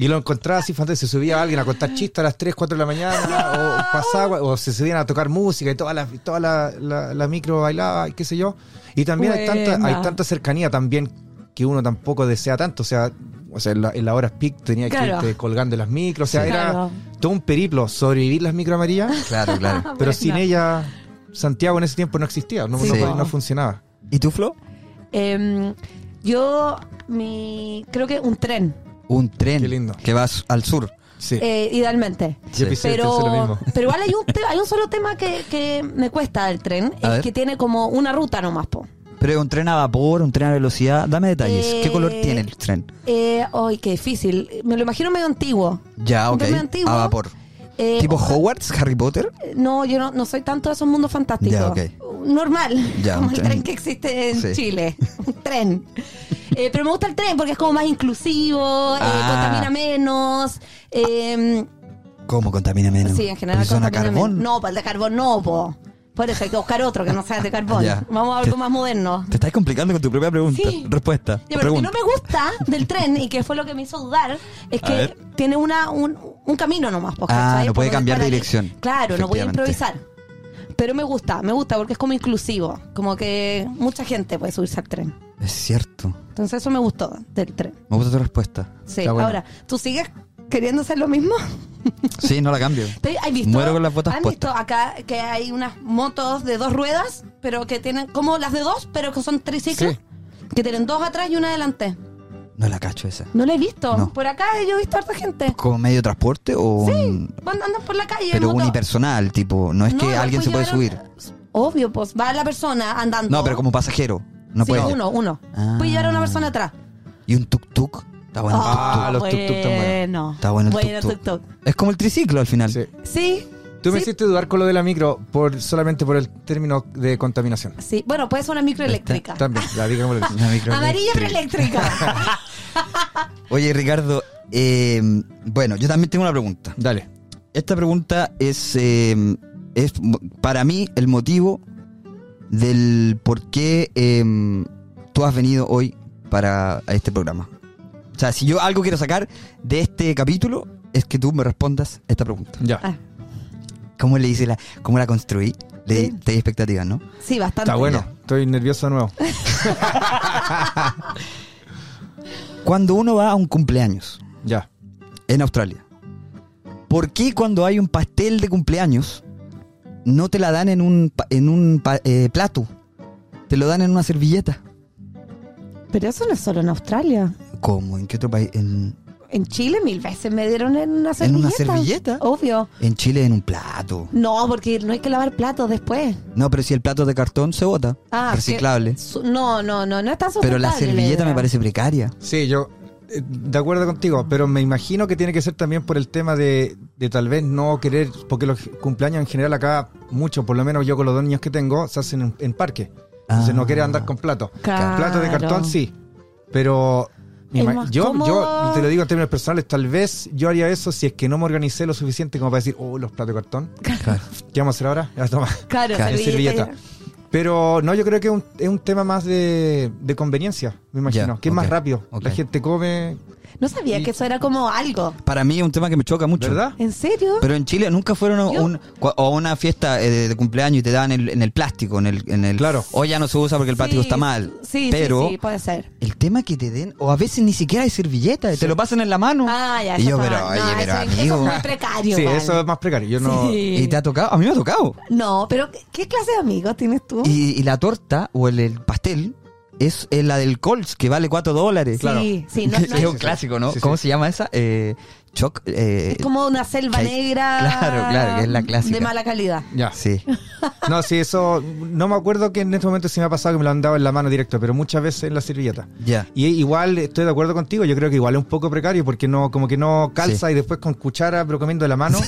[SPEAKER 3] Y lo encontraba así fantástico. Se subía alguien a contar chistes a las 3, 4 de la mañana o pasaba o se subían a tocar música y toda la, toda la, la- la micro bailaba y qué sé yo. Y también hay tanta,
[SPEAKER 2] Buena.
[SPEAKER 3] hay tanta cercanía también que uno tampoco desea tanto. O sea, o sea en, la, en la hora peak tenía
[SPEAKER 2] Claro.
[SPEAKER 3] que irte colgando en las micros. O sea,
[SPEAKER 2] Sí.
[SPEAKER 3] era
[SPEAKER 2] Claro.
[SPEAKER 3] todo un periplo sobrevivir las micro amarillas.
[SPEAKER 1] Claro, claro.
[SPEAKER 3] Pero
[SPEAKER 2] Buena.
[SPEAKER 3] sin ella, Santiago en ese tiempo no existía, no,
[SPEAKER 2] Sí.
[SPEAKER 3] no-
[SPEAKER 2] Sí.
[SPEAKER 3] no funcionaba.
[SPEAKER 1] ¿Y tú, Flo?
[SPEAKER 2] Em, yo, mi. Creo que un tren,
[SPEAKER 1] Un tren
[SPEAKER 3] Qué lindo.
[SPEAKER 1] que va s- al sur.
[SPEAKER 3] Sí.
[SPEAKER 2] eh, idealmente.
[SPEAKER 1] sí.
[SPEAKER 3] Yo pensé
[SPEAKER 2] Pero,
[SPEAKER 3] pensé lo mismo.
[SPEAKER 2] pero igual hay un, te- hay un solo tema que, que me cuesta del tren.
[SPEAKER 1] A
[SPEAKER 2] es
[SPEAKER 1] ver.
[SPEAKER 2] que tiene como una ruta nomás, po.
[SPEAKER 1] Pero es un tren a vapor, un tren a velocidad. Dame detalles.
[SPEAKER 2] Eh,
[SPEAKER 1] ¿Qué color tiene el tren?
[SPEAKER 2] Eh, Ay, qué difícil. Me lo imagino medio antiguo.
[SPEAKER 1] Ya,
[SPEAKER 2] un
[SPEAKER 1] ok.
[SPEAKER 2] tren antiguo.
[SPEAKER 1] A vapor.
[SPEAKER 2] Eh,
[SPEAKER 1] ¿Tipo
[SPEAKER 2] ojalá-
[SPEAKER 1] Hogwarts, Harry Potter?
[SPEAKER 2] No, yo no, no soy tanto de esos mundos fantásticos.
[SPEAKER 1] Ya, ok.
[SPEAKER 2] Normal,
[SPEAKER 1] Ya,
[SPEAKER 2] como
[SPEAKER 1] un
[SPEAKER 2] el
[SPEAKER 1] tren.
[SPEAKER 2] tren que existe en
[SPEAKER 1] Sí.
[SPEAKER 2] Chile. Un tren. Eh, pero me gusta el tren porque es como más inclusivo, eh,
[SPEAKER 1] Ah.
[SPEAKER 2] contamina menos. eh,
[SPEAKER 1] ¿Cómo contamina menos?
[SPEAKER 2] sí, en general.
[SPEAKER 1] Porque son a
[SPEAKER 2] contamina
[SPEAKER 1] carbón.
[SPEAKER 2] menos. No, para el de carbón no, po. Por eso hay que buscar otro que no sea de carbón.
[SPEAKER 1] Ya.
[SPEAKER 2] Vamos a algo más moderno.
[SPEAKER 1] Te estás complicando con tu propia pregunta.
[SPEAKER 2] Sí.
[SPEAKER 1] Respuesta.
[SPEAKER 2] Ya, pero lo que
[SPEAKER 1] pregunta.
[SPEAKER 2] no me gusta del tren y que fue lo que me hizo dudar es
[SPEAKER 1] A
[SPEAKER 2] que
[SPEAKER 1] ver.
[SPEAKER 2] tiene una, un, un camino nomás. pues,
[SPEAKER 1] Ah,
[SPEAKER 2] ¿cachai?
[SPEAKER 1] no
[SPEAKER 2] Por
[SPEAKER 1] puede
[SPEAKER 2] donde
[SPEAKER 1] cambiar de
[SPEAKER 2] para-
[SPEAKER 1] dirección.
[SPEAKER 2] Claro, no puede
[SPEAKER 1] Efectivamente.
[SPEAKER 2] improvisar. Pero me gusta, me gusta porque es como inclusivo. Como que mucha gente puede subirse al tren.
[SPEAKER 1] Es cierto.
[SPEAKER 2] Entonces eso me gustó del tren.
[SPEAKER 1] Me gusta tu respuesta.
[SPEAKER 2] Sí,
[SPEAKER 3] Está bueno.
[SPEAKER 2] ahora, ¿tú sigues queriendo hacer lo mismo?
[SPEAKER 1] Sí, no la cambio.
[SPEAKER 2] ¿Te- ¿Has visto?
[SPEAKER 1] Muero con las botas
[SPEAKER 2] ¿Has
[SPEAKER 1] puestas.
[SPEAKER 2] visto acá que hay unas motos de dos ruedas, pero que tienen, como las de dos, pero que son triciclos? Que tienen dos atrás y una adelante.
[SPEAKER 1] No la cacho esa.
[SPEAKER 2] No la he visto.
[SPEAKER 1] No.
[SPEAKER 2] Por acá yo he visto harta gente.
[SPEAKER 1] ¿Como medio de transporte o un-
[SPEAKER 2] Van- andan por la calle.
[SPEAKER 1] Pero
[SPEAKER 2] en moto.
[SPEAKER 1] unipersonal, tipo. No es
[SPEAKER 2] No, pues
[SPEAKER 1] que
[SPEAKER 2] la
[SPEAKER 1] alguien se puede
[SPEAKER 2] llevar
[SPEAKER 1] subir.
[SPEAKER 2] a- Obvio, pues va la persona andando.
[SPEAKER 1] No, pero como pasajero. No
[SPEAKER 2] Sí,
[SPEAKER 1] puede.
[SPEAKER 2] uno, uno.
[SPEAKER 1] Ah.
[SPEAKER 2] Puede llevar a una persona atrás.
[SPEAKER 1] ¿Y un tuk-tuk? Está bueno. el
[SPEAKER 3] Ah,
[SPEAKER 1] tuk-tuk.
[SPEAKER 3] los tuk-tuk están buenos.
[SPEAKER 2] bueno.
[SPEAKER 1] Está bueno el
[SPEAKER 2] Bueno,
[SPEAKER 1] tuk-tuk.
[SPEAKER 2] tuk-tuk.
[SPEAKER 1] Es como el triciclo al final.
[SPEAKER 3] Sí.
[SPEAKER 2] Sí.
[SPEAKER 3] Tú me
[SPEAKER 2] sí,
[SPEAKER 3] hiciste dudar con lo de la micro por, solamente por el término de contaminación.
[SPEAKER 2] sí. Bueno, puede ser una microeléctrica.
[SPEAKER 3] También, ya digámoslo.
[SPEAKER 1] Una micro-
[SPEAKER 2] Amarilla pero eléctrica.
[SPEAKER 1] Oye, Ricardo, eh, bueno, yo también tengo una pregunta.
[SPEAKER 3] Dale.
[SPEAKER 1] Esta pregunta es, eh, es mo- para mí el motivo del por qué eh, tú has venido hoy para a este programa. O sea, si yo algo quiero sacar de este capítulo es que tú me respondas esta pregunta.
[SPEAKER 3] Ya.
[SPEAKER 2] Ah,
[SPEAKER 1] ¿Cómo le hice la, cómo la construí? Le di-
[SPEAKER 2] Sí.
[SPEAKER 1] te di expectativas, ¿no?
[SPEAKER 2] sí, bastante.
[SPEAKER 3] Está bueno. Estoy nervioso de nuevo.
[SPEAKER 1] Cuando uno va a un cumpleaños
[SPEAKER 3] Ya.
[SPEAKER 1] en Australia, ¿por qué cuando hay un pastel de cumpleaños no te la dan en un, pa- en un pa- eh, plato? Te lo dan en una servilleta.
[SPEAKER 2] Pero eso no es solo en Australia.
[SPEAKER 1] ¿Cómo? ¿En qué otro país? En,
[SPEAKER 2] En Chile mil veces me dieron en una
[SPEAKER 1] ¿En
[SPEAKER 2] servilleta.
[SPEAKER 1] una servilleta?
[SPEAKER 2] Obvio.
[SPEAKER 1] en Chile en un plato.
[SPEAKER 2] No, porque no hay que lavar platos después.
[SPEAKER 1] No, pero si el plato es de cartón se bota.
[SPEAKER 2] Ah,
[SPEAKER 1] reciclable.
[SPEAKER 2] que- su- no, no, no, no es tan
[SPEAKER 1] Pero la
[SPEAKER 2] sustentable,
[SPEAKER 1] servilleta me
[SPEAKER 2] ¿verdad?
[SPEAKER 1] parece precaria.
[SPEAKER 3] Sí, yo eh, de acuerdo contigo, pero me imagino que tiene que ser también por el tema de, de tal vez no querer, porque los cumpleaños en general acá, mucho, por lo menos yo con los dos niños que tengo, se hacen en, en parque. Entonces
[SPEAKER 1] Ah.
[SPEAKER 3] no quieren andar con platos.
[SPEAKER 2] Claro.
[SPEAKER 3] Platos de cartón sí, pero me
[SPEAKER 2] Es
[SPEAKER 3] ima-
[SPEAKER 2] más
[SPEAKER 3] yo, yo
[SPEAKER 2] cómodo.
[SPEAKER 3] te lo digo en términos personales, tal vez yo haría eso si es que no me organicé lo suficiente como para decir, oh, los platos de cartón,
[SPEAKER 1] Claro.
[SPEAKER 3] ¿qué vamos a hacer ahora? Ya, toma.
[SPEAKER 2] Claro,
[SPEAKER 1] Claro,
[SPEAKER 2] servilleta.
[SPEAKER 3] Ah, servilleta. Pero no, yo creo que es un, es un tema más de, de conveniencia, me imagino,
[SPEAKER 1] Ya,
[SPEAKER 3] que es más
[SPEAKER 1] ok,
[SPEAKER 3] rápido.
[SPEAKER 1] ok.
[SPEAKER 3] La gente come,
[SPEAKER 2] No sabía
[SPEAKER 3] Y-
[SPEAKER 2] que eso era como algo.
[SPEAKER 1] Para mí es un tema que me choca mucho.
[SPEAKER 3] ¿verdad?
[SPEAKER 2] ¿En serio?
[SPEAKER 1] Pero en Chile nunca fueron a,
[SPEAKER 2] Yo-
[SPEAKER 1] un- cua- a una fiesta eh, de, de cumpleaños y te daban el- en el plástico, en el, en el-
[SPEAKER 3] Claro.
[SPEAKER 1] Hoy ya no se usa porque el plástico
[SPEAKER 2] Sí,
[SPEAKER 1] está mal.
[SPEAKER 2] Sí,
[SPEAKER 1] pero
[SPEAKER 2] sí, sí, puede ser.
[SPEAKER 1] el tema que te den, o a veces ni siquiera hay servilleta, te lo pasan en la mano.
[SPEAKER 2] Ah, ya,
[SPEAKER 1] y
[SPEAKER 2] eso
[SPEAKER 1] yo,
[SPEAKER 2] está
[SPEAKER 1] pero,
[SPEAKER 2] mal.
[SPEAKER 1] oye,
[SPEAKER 2] No,
[SPEAKER 1] pero
[SPEAKER 2] eso, es-
[SPEAKER 1] amigo.
[SPEAKER 2] eso es muy precario.
[SPEAKER 3] Sí,
[SPEAKER 2] igual.
[SPEAKER 3] eso es más precario. Yo no.
[SPEAKER 2] Sí.
[SPEAKER 1] Y te ha tocado, a mí me ha tocado.
[SPEAKER 2] No, pero ¿qué- ¿qué clase de amigos tienes tú?
[SPEAKER 1] Y, y la torta o el, el pastel es eh, la del Colts, que vale 4 dólares.
[SPEAKER 2] Sí, Claro. sí,
[SPEAKER 1] Que
[SPEAKER 2] no- no
[SPEAKER 1] es
[SPEAKER 2] hay-
[SPEAKER 1] un clásico, ¿no?
[SPEAKER 3] Sí, sí.
[SPEAKER 1] ¿Cómo se llama esa? Eh, choc. eh,
[SPEAKER 2] es como una selva
[SPEAKER 1] que hay-
[SPEAKER 2] negra.
[SPEAKER 1] Claro, claro, que es la clásica.
[SPEAKER 2] De mala calidad.
[SPEAKER 3] Ya.
[SPEAKER 1] Sí.
[SPEAKER 3] No, sí, eso. No me acuerdo que en este momento sí me ha pasado que me lo han dado en la mano directo, pero muchas veces en la servilleta.
[SPEAKER 1] Ya.
[SPEAKER 3] Y igual estoy de acuerdo contigo, yo creo que igual es un poco precario porque no, como que no calza y después con cuchara, pero comiendo de la mano.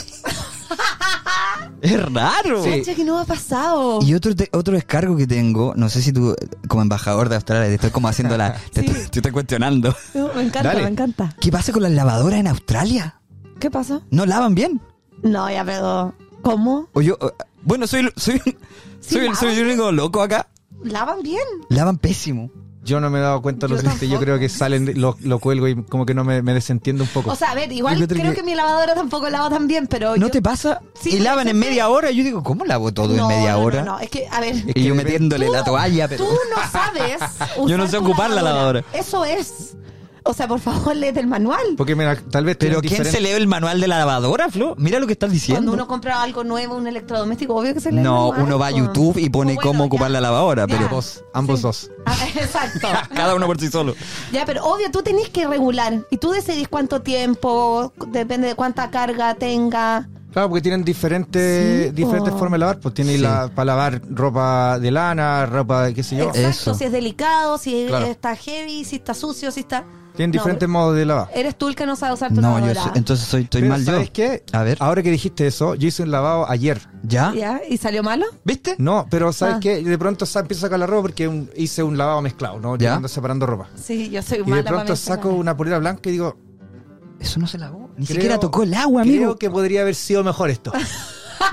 [SPEAKER 1] Es raro.
[SPEAKER 3] Sí.
[SPEAKER 2] Cacha, que no ha pasado.
[SPEAKER 1] Eh, Y otro, te- otro descargo que tengo, no sé si tú, eh, como embajador de Australia, te estoy como haciendo la. Te,
[SPEAKER 2] Sí.
[SPEAKER 1] estoy- te estoy cuestionando.
[SPEAKER 2] Me encanta,
[SPEAKER 3] Dale.
[SPEAKER 2] me encanta.
[SPEAKER 1] ¿Qué pasa con las lavadoras en Australia?
[SPEAKER 2] ¿Qué pasó?
[SPEAKER 1] ¿No lavan bien?
[SPEAKER 2] No, ya pero ¿Cómo?
[SPEAKER 1] O yo. eh, Bueno, soy, soy,
[SPEAKER 2] Sí,
[SPEAKER 1] soy, el- soy el único loco acá.
[SPEAKER 2] ¿Lavan bien?
[SPEAKER 1] Lavan pésimo.
[SPEAKER 3] Yo no me he dado cuenta lo
[SPEAKER 2] Yo
[SPEAKER 3] triste, yo
[SPEAKER 2] tampoco.
[SPEAKER 3] creo que salen, de- lo, lo cuelgo y como que no me, me desentiendo un poco.
[SPEAKER 2] O sea, a ver, igual
[SPEAKER 1] Yo creo
[SPEAKER 2] creo
[SPEAKER 1] que-
[SPEAKER 2] que mi lavadora tampoco lava tan bien, pero
[SPEAKER 1] ¿No
[SPEAKER 2] yo-
[SPEAKER 1] te pasa?
[SPEAKER 2] Sí,
[SPEAKER 1] y lavan en
[SPEAKER 2] siempre-
[SPEAKER 1] media hora. Y yo digo, ¿cómo lavo todo en
[SPEAKER 2] No,
[SPEAKER 1] media
[SPEAKER 2] no, no,
[SPEAKER 1] hora?
[SPEAKER 2] No, es que, a ver,
[SPEAKER 3] Es
[SPEAKER 1] Y
[SPEAKER 3] que
[SPEAKER 1] yo
[SPEAKER 3] me-
[SPEAKER 1] metiéndole la toalla, pero.
[SPEAKER 2] tú no sabes
[SPEAKER 1] Yo no
[SPEAKER 2] usar
[SPEAKER 1] sé
[SPEAKER 2] tu
[SPEAKER 1] ocupar la lavadora.
[SPEAKER 2] Eso es. O sea, por favor, léete el manual.
[SPEAKER 3] Porque mira, tal vez
[SPEAKER 1] ¿Pero
[SPEAKER 3] tienen
[SPEAKER 1] quién se
[SPEAKER 3] diferente-
[SPEAKER 1] lee el manual de la lavadora, Flo? Mira lo que estás
[SPEAKER 2] Cuando
[SPEAKER 1] diciendo.
[SPEAKER 2] uno compra algo nuevo, un electrodoméstico, obvio que se lee
[SPEAKER 1] No,
[SPEAKER 2] el manual,
[SPEAKER 1] uno va a
[SPEAKER 2] po.
[SPEAKER 1] YouTube y pone
[SPEAKER 2] O bueno,
[SPEAKER 1] cómo
[SPEAKER 2] ya.
[SPEAKER 1] ocupar la lavadora,
[SPEAKER 2] Ya.
[SPEAKER 1] pero
[SPEAKER 3] Dos, ambos
[SPEAKER 2] Sí.
[SPEAKER 3] dos.
[SPEAKER 2] Ah, exacto.
[SPEAKER 1] cada uno por sí solo.
[SPEAKER 2] Ya, pero obvio, tú tenés que regular. Y tú decidís cuánto tiempo, depende de cuánta carga tenga.
[SPEAKER 3] Claro, porque tienen diferentes,
[SPEAKER 2] Sí, po.
[SPEAKER 3] diferentes formas de lavar. Pues tienen
[SPEAKER 1] Sí.
[SPEAKER 3] la, para lavar ropa de lana, ropa de qué sé yo.
[SPEAKER 2] Exacto,
[SPEAKER 1] Eso.
[SPEAKER 2] si es delicado, si
[SPEAKER 3] Claro.
[SPEAKER 2] está heavy, si está sucio, si está...
[SPEAKER 3] Tienen
[SPEAKER 2] No,
[SPEAKER 3] diferentes modos de lavar.
[SPEAKER 2] pero Eres tú el que no sabe usar tu
[SPEAKER 1] No, yo
[SPEAKER 2] lavadora.
[SPEAKER 1] so- entonces soy, estoy
[SPEAKER 3] Pero
[SPEAKER 1] mal yo.
[SPEAKER 3] ¿Sabes qué? Ah.
[SPEAKER 1] A ver,
[SPEAKER 3] Ahora que dijiste eso, yo hice un lavado ayer.
[SPEAKER 1] ¿ya?
[SPEAKER 2] ¿Ya? ¿Y salió malo?
[SPEAKER 1] ¿Viste?
[SPEAKER 3] No, pero ¿sabes
[SPEAKER 2] Ah.
[SPEAKER 3] qué? De pronto sa- empiezo a sacar la ropa porque un- hice un lavado mezclado, ¿no?
[SPEAKER 1] Ya.
[SPEAKER 3] Yo ando separando ropa.
[SPEAKER 2] Sí, yo soy
[SPEAKER 3] Y
[SPEAKER 2] mala
[SPEAKER 3] de
[SPEAKER 2] para
[SPEAKER 3] pronto
[SPEAKER 2] mezclar.
[SPEAKER 3] saco una polera blanca y digo,
[SPEAKER 1] Eso no se lavó. Ni
[SPEAKER 3] Creo-
[SPEAKER 1] siquiera tocó el agua,
[SPEAKER 3] creo
[SPEAKER 1] amigo.
[SPEAKER 3] que podría haber sido mejor esto.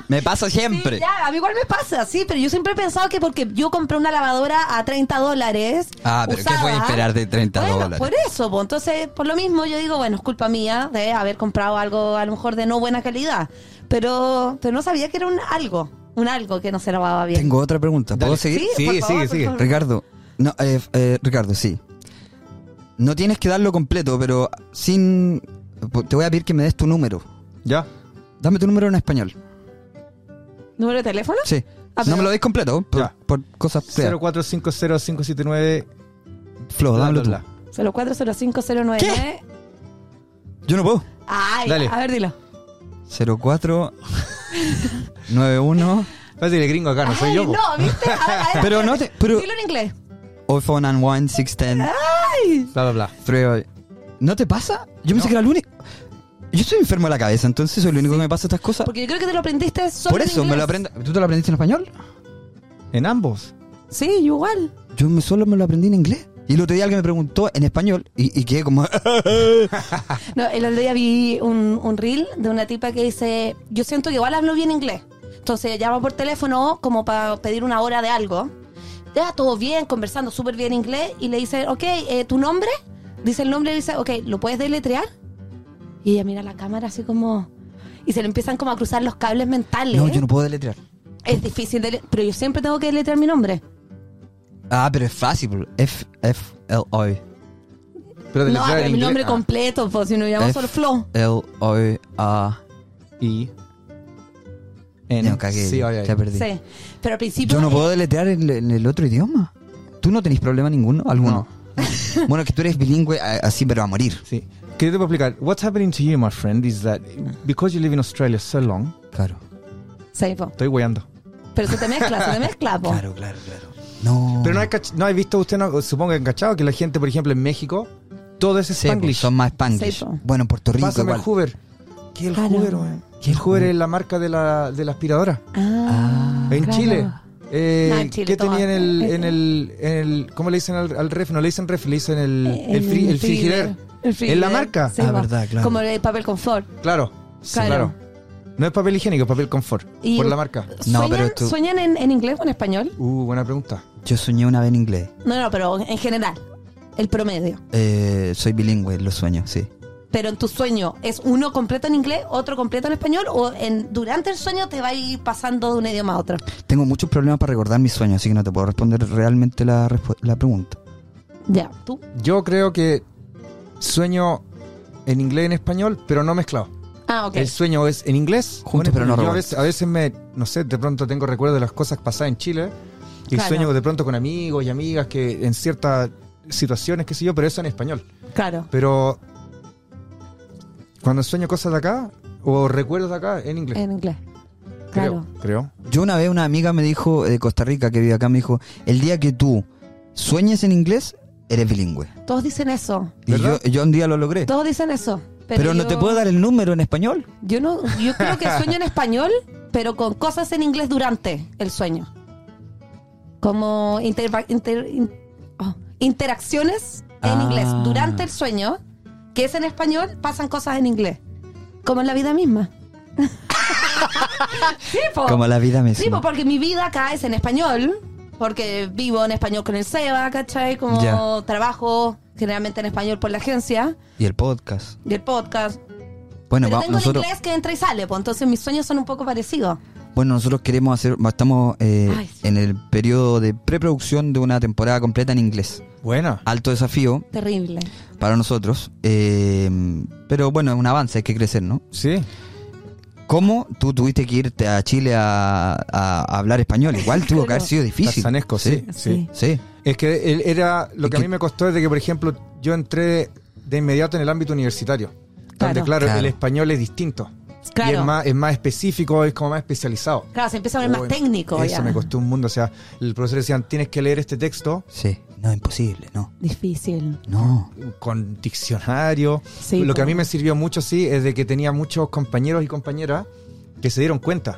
[SPEAKER 1] Me pasa siempre.
[SPEAKER 2] Sí, ya, a mí igual me pasa, sí, pero yo siempre he pensado que porque yo compré una lavadora a 30 dólares.
[SPEAKER 1] Ah, pero ¿qué
[SPEAKER 2] usada,
[SPEAKER 1] puedes esperar de 30
[SPEAKER 2] bueno,
[SPEAKER 1] dólares?
[SPEAKER 2] Por eso, pues, entonces, por lo mismo, yo digo, bueno, es culpa mía de haber comprado algo a lo mejor de no buena calidad. Pero, pero no sabía que era un algo, un algo que no se lavaba bien.
[SPEAKER 1] Tengo otra pregunta. ¿Puedo
[SPEAKER 3] Dale.
[SPEAKER 1] seguir?
[SPEAKER 2] Sí, por
[SPEAKER 3] Sigue,
[SPEAKER 2] favor,
[SPEAKER 3] sigue,
[SPEAKER 2] por
[SPEAKER 3] sigue.
[SPEAKER 2] favor.
[SPEAKER 1] Eh, Ricardo, no, eh, eh, Ricardo, sí. No tienes que darlo completo, pero sin... Te voy a pedir que me des tu número.
[SPEAKER 3] ¿Ya?
[SPEAKER 1] Dame tu número en español.
[SPEAKER 2] ¿Número de teléfono?
[SPEAKER 1] Sí.
[SPEAKER 2] Ah,
[SPEAKER 1] no
[SPEAKER 2] pero-
[SPEAKER 1] me lo deis completo, por,
[SPEAKER 3] Ya.
[SPEAKER 1] por cosas feas.
[SPEAKER 3] 0450579.
[SPEAKER 1] Flo,
[SPEAKER 3] bla,
[SPEAKER 1] dámelo
[SPEAKER 3] bla,
[SPEAKER 1] tú.
[SPEAKER 3] bla.
[SPEAKER 2] 040509.
[SPEAKER 1] ¿Qué? Yo no puedo.
[SPEAKER 2] Ay,
[SPEAKER 3] Dale.
[SPEAKER 2] a ver, dilo.
[SPEAKER 1] 04 91
[SPEAKER 3] Parece que el gringo acá, no soy
[SPEAKER 2] Ay,
[SPEAKER 3] yo. po.
[SPEAKER 2] No, ¿viste? A ver, a ver,
[SPEAKER 1] Pero no
[SPEAKER 2] espérate.
[SPEAKER 1] te- pero-
[SPEAKER 2] Dilo en inglés.
[SPEAKER 1] 091 610
[SPEAKER 3] Bla, bla, bla.
[SPEAKER 1] 30 oh. ¿No te pasa? Yo pensé
[SPEAKER 3] No.
[SPEAKER 1] que era el único. Yo estoy enfermo de la cabeza, entonces soy el único que me pasa estas cosas.
[SPEAKER 2] Porque yo creo que te lo aprendiste solo
[SPEAKER 1] Por
[SPEAKER 2] en
[SPEAKER 1] eso me
[SPEAKER 2] inglés.
[SPEAKER 1] lo aprendo. ¿Tú te lo aprendiste en español?
[SPEAKER 3] En ambos.
[SPEAKER 2] Sí, yo igual.
[SPEAKER 1] Yo me- solo me lo aprendí en inglés. Y el otro día alguien me preguntó en español y, y quedé como.
[SPEAKER 2] No, el otro día vi un, un reel de una tipa que dice, yo siento que igual hablo bien inglés. Entonces llama por teléfono como para pedir una hora de algo. Ya, todo bien, conversando súper bien inglés. Y le dice, ok, eh, ¿tu nombre? Dice el nombre y dice, ok, ¿lo puedes deletrear? Y ella mira la cámara así como... Y se le empiezan como a cruzar los cables mentales.
[SPEAKER 1] no, yo no puedo deletrear.
[SPEAKER 2] Es difícil, dele- pero yo siempre tengo que deletrear mi nombre.
[SPEAKER 1] Ah, pero es fácil. F-F-L-O-I.
[SPEAKER 3] Pero
[SPEAKER 2] No,
[SPEAKER 3] deletrear
[SPEAKER 2] pero
[SPEAKER 3] en
[SPEAKER 2] mi
[SPEAKER 3] inglés-
[SPEAKER 2] nombre
[SPEAKER 3] ah,
[SPEAKER 2] completo, pues, si no llamo
[SPEAKER 1] F- E,
[SPEAKER 2] solo Flo.
[SPEAKER 1] L-O-A.
[SPEAKER 3] ah, Y. N.
[SPEAKER 1] Eh, No, cagué.
[SPEAKER 3] Sí, ay, ay.
[SPEAKER 1] Ya perdí.
[SPEAKER 2] Sí. Pero al principio...
[SPEAKER 1] Yo no puedo deletrear en, el- en el otro idioma. ¿Tú no tenés problema ninguno? ¿Alguno? bueno, que tú eres bilingüe a- así, pero a morir.
[SPEAKER 3] Sí. Que yo te puedo explicar. What's happening to you, my friend, is that because you live in Australia so long,
[SPEAKER 1] Claro.
[SPEAKER 2] Sí, po.
[SPEAKER 3] estoy weando.
[SPEAKER 1] Oh.
[SPEAKER 2] Pero se te mezcla, se te mezcla, po.
[SPEAKER 1] Claro, claro, claro. No.
[SPEAKER 3] Pero no hay, cach- no hay visto usted, no, supongo que han cachado que la gente, por ejemplo, en México, todo es
[SPEAKER 1] Sí, pues,
[SPEAKER 3] Spanglish.
[SPEAKER 1] son más Spanglish.
[SPEAKER 2] Sí, pues. po.
[SPEAKER 1] bueno, en Puerto Rico
[SPEAKER 3] Pásame el
[SPEAKER 1] igual.
[SPEAKER 3] Hoover. ¿Qué es el
[SPEAKER 2] Claro.
[SPEAKER 3] Hoover, weón?
[SPEAKER 1] ¿Qué es
[SPEAKER 3] el
[SPEAKER 1] el
[SPEAKER 3] Hoover
[SPEAKER 1] Hoover?
[SPEAKER 3] es la marca de la, de la aspiradora.
[SPEAKER 2] Ah,
[SPEAKER 3] en
[SPEAKER 2] claro.
[SPEAKER 3] Chile. eh,
[SPEAKER 2] No, en Chile
[SPEAKER 3] ¿Qué
[SPEAKER 2] toma-
[SPEAKER 3] tenía en el,
[SPEAKER 2] eh,
[SPEAKER 3] en el, en el- ¿Cómo le dicen al, al ref? No le dicen ref, le dicen el,
[SPEAKER 2] Eh,
[SPEAKER 3] el, fri- el frigider.
[SPEAKER 2] El frigider.
[SPEAKER 3] ¿En la marca?
[SPEAKER 2] Sí,
[SPEAKER 1] Ah,
[SPEAKER 2] po.
[SPEAKER 1] verdad, claro.
[SPEAKER 2] Como el papel confort.
[SPEAKER 3] Claro, sí,
[SPEAKER 2] Claro.
[SPEAKER 3] claro. No es papel higiénico, es papel confort.
[SPEAKER 2] Y-
[SPEAKER 3] Por la marca.
[SPEAKER 1] No,
[SPEAKER 2] ¿Sueñan,
[SPEAKER 1] pero tú-
[SPEAKER 2] ¿sueñan en, en inglés o en español?
[SPEAKER 3] Uh, buena pregunta.
[SPEAKER 1] Yo soñé una vez en inglés.
[SPEAKER 2] No, no, pero en general. El promedio.
[SPEAKER 1] Eh, soy bilingüe en los sueños, sí.
[SPEAKER 2] Pero en tu sueño, ¿es uno completo en inglés, otro completo en español? ¿O en durante el sueño te va a ir pasando de un idioma a otro?
[SPEAKER 1] Tengo muchos problemas para recordar mis sueños, así que no te puedo responder realmente la, respu- la pregunta.
[SPEAKER 2] Ya, tú.
[SPEAKER 3] Yo creo que sueño en inglés y en español, pero no mezclado.
[SPEAKER 2] Ah, ok.
[SPEAKER 3] El sueño es en inglés.
[SPEAKER 1] Juntos,
[SPEAKER 3] o en
[SPEAKER 1] pero no
[SPEAKER 3] español. Yo a
[SPEAKER 1] revueltos.
[SPEAKER 3] veces, a veces me, no sé, de pronto tengo recuerdo de las cosas pasadas en Chile. Y
[SPEAKER 2] Claro.
[SPEAKER 3] sueño de pronto con amigos y amigas que en ciertas situaciones, qué sé yo, pero eso en español.
[SPEAKER 2] Claro.
[SPEAKER 3] Pero cuando sueño cosas de acá o recuerdos de acá, en inglés.
[SPEAKER 2] En inglés.
[SPEAKER 3] creo,
[SPEAKER 2] Eh, Claro.
[SPEAKER 3] creo.
[SPEAKER 1] Yo una vez una amiga me dijo, eh, de Costa Rica, que vive acá, me dijo, el día que tú sueñes en inglés, eres bilingüe.
[SPEAKER 2] Todos dicen eso.
[SPEAKER 1] Y yo,
[SPEAKER 3] ¿Verdad?
[SPEAKER 1] yo un día lo logré.
[SPEAKER 2] Todos dicen eso. Pero,
[SPEAKER 1] Pero, no
[SPEAKER 2] yo-
[SPEAKER 1] te puedo dar el número en español.
[SPEAKER 2] Yo no, yo creo que sueño en español, pero con cosas en inglés durante el sueño. Como interva- inter- in- oh, interacciones en
[SPEAKER 1] Ah.
[SPEAKER 2] inglés. Durante el sueño, que es en español, pasan cosas en inglés. Como en la vida misma. sí, po.
[SPEAKER 1] Como la vida misma.
[SPEAKER 2] Oh. Sí, po, porque mi vida acá es en español. Porque vivo en español con el Seba, ¿cachai? Como
[SPEAKER 1] Ya.
[SPEAKER 2] trabajo generalmente en español por la agencia
[SPEAKER 1] Y el podcast.
[SPEAKER 2] y el podcast.
[SPEAKER 1] Bueno,
[SPEAKER 2] Pero
[SPEAKER 1] va-
[SPEAKER 2] tengo
[SPEAKER 1] nosotros,
[SPEAKER 2] el inglés que entra y sale, pues entonces mis sueños son un poco parecidos.
[SPEAKER 1] bueno, nosotros queremos hacer, estamos eh,
[SPEAKER 2] Ay, sí.
[SPEAKER 1] en el periodo de preproducción de una temporada completa en inglés.
[SPEAKER 3] Buena.
[SPEAKER 2] Ah.
[SPEAKER 1] Alto desafío
[SPEAKER 2] Terrible.
[SPEAKER 1] para nosotros. eh, pero bueno, es un avance, hay que crecer, ¿no?
[SPEAKER 3] Sí.
[SPEAKER 1] ¿Cómo tú tuviste que irte a Chile a, a- a hablar español? Igual tuvo que haber sido difícil.
[SPEAKER 3] Tarzanesco, sí. sí.
[SPEAKER 2] Sí.
[SPEAKER 1] Sí.
[SPEAKER 3] Es que él era lo
[SPEAKER 1] Es
[SPEAKER 3] que a mí
[SPEAKER 1] que-
[SPEAKER 3] me costó es de que, por ejemplo, yo entré de inmediato en el ámbito universitario. Donde,
[SPEAKER 2] Claro.
[SPEAKER 3] claro,
[SPEAKER 1] Claro.
[SPEAKER 3] el español es distinto. Y
[SPEAKER 2] Claro.
[SPEAKER 3] es más, es más específico, es como más especializado.
[SPEAKER 2] Claro, se empieza a ver más
[SPEAKER 3] Uy,
[SPEAKER 2] técnico
[SPEAKER 3] Eso
[SPEAKER 2] ya.
[SPEAKER 3] me costó un mundo. O sea, el profesor decía, tienes que leer este texto
[SPEAKER 1] Sí. No, imposible, no.
[SPEAKER 2] Difícil.
[SPEAKER 1] No.
[SPEAKER 3] con diccionario.
[SPEAKER 2] Sí,
[SPEAKER 3] lo que a
[SPEAKER 2] po.
[SPEAKER 3] mí me sirvió mucho, sí, es de que tenía muchos compañeros y compañeras que se dieron cuenta.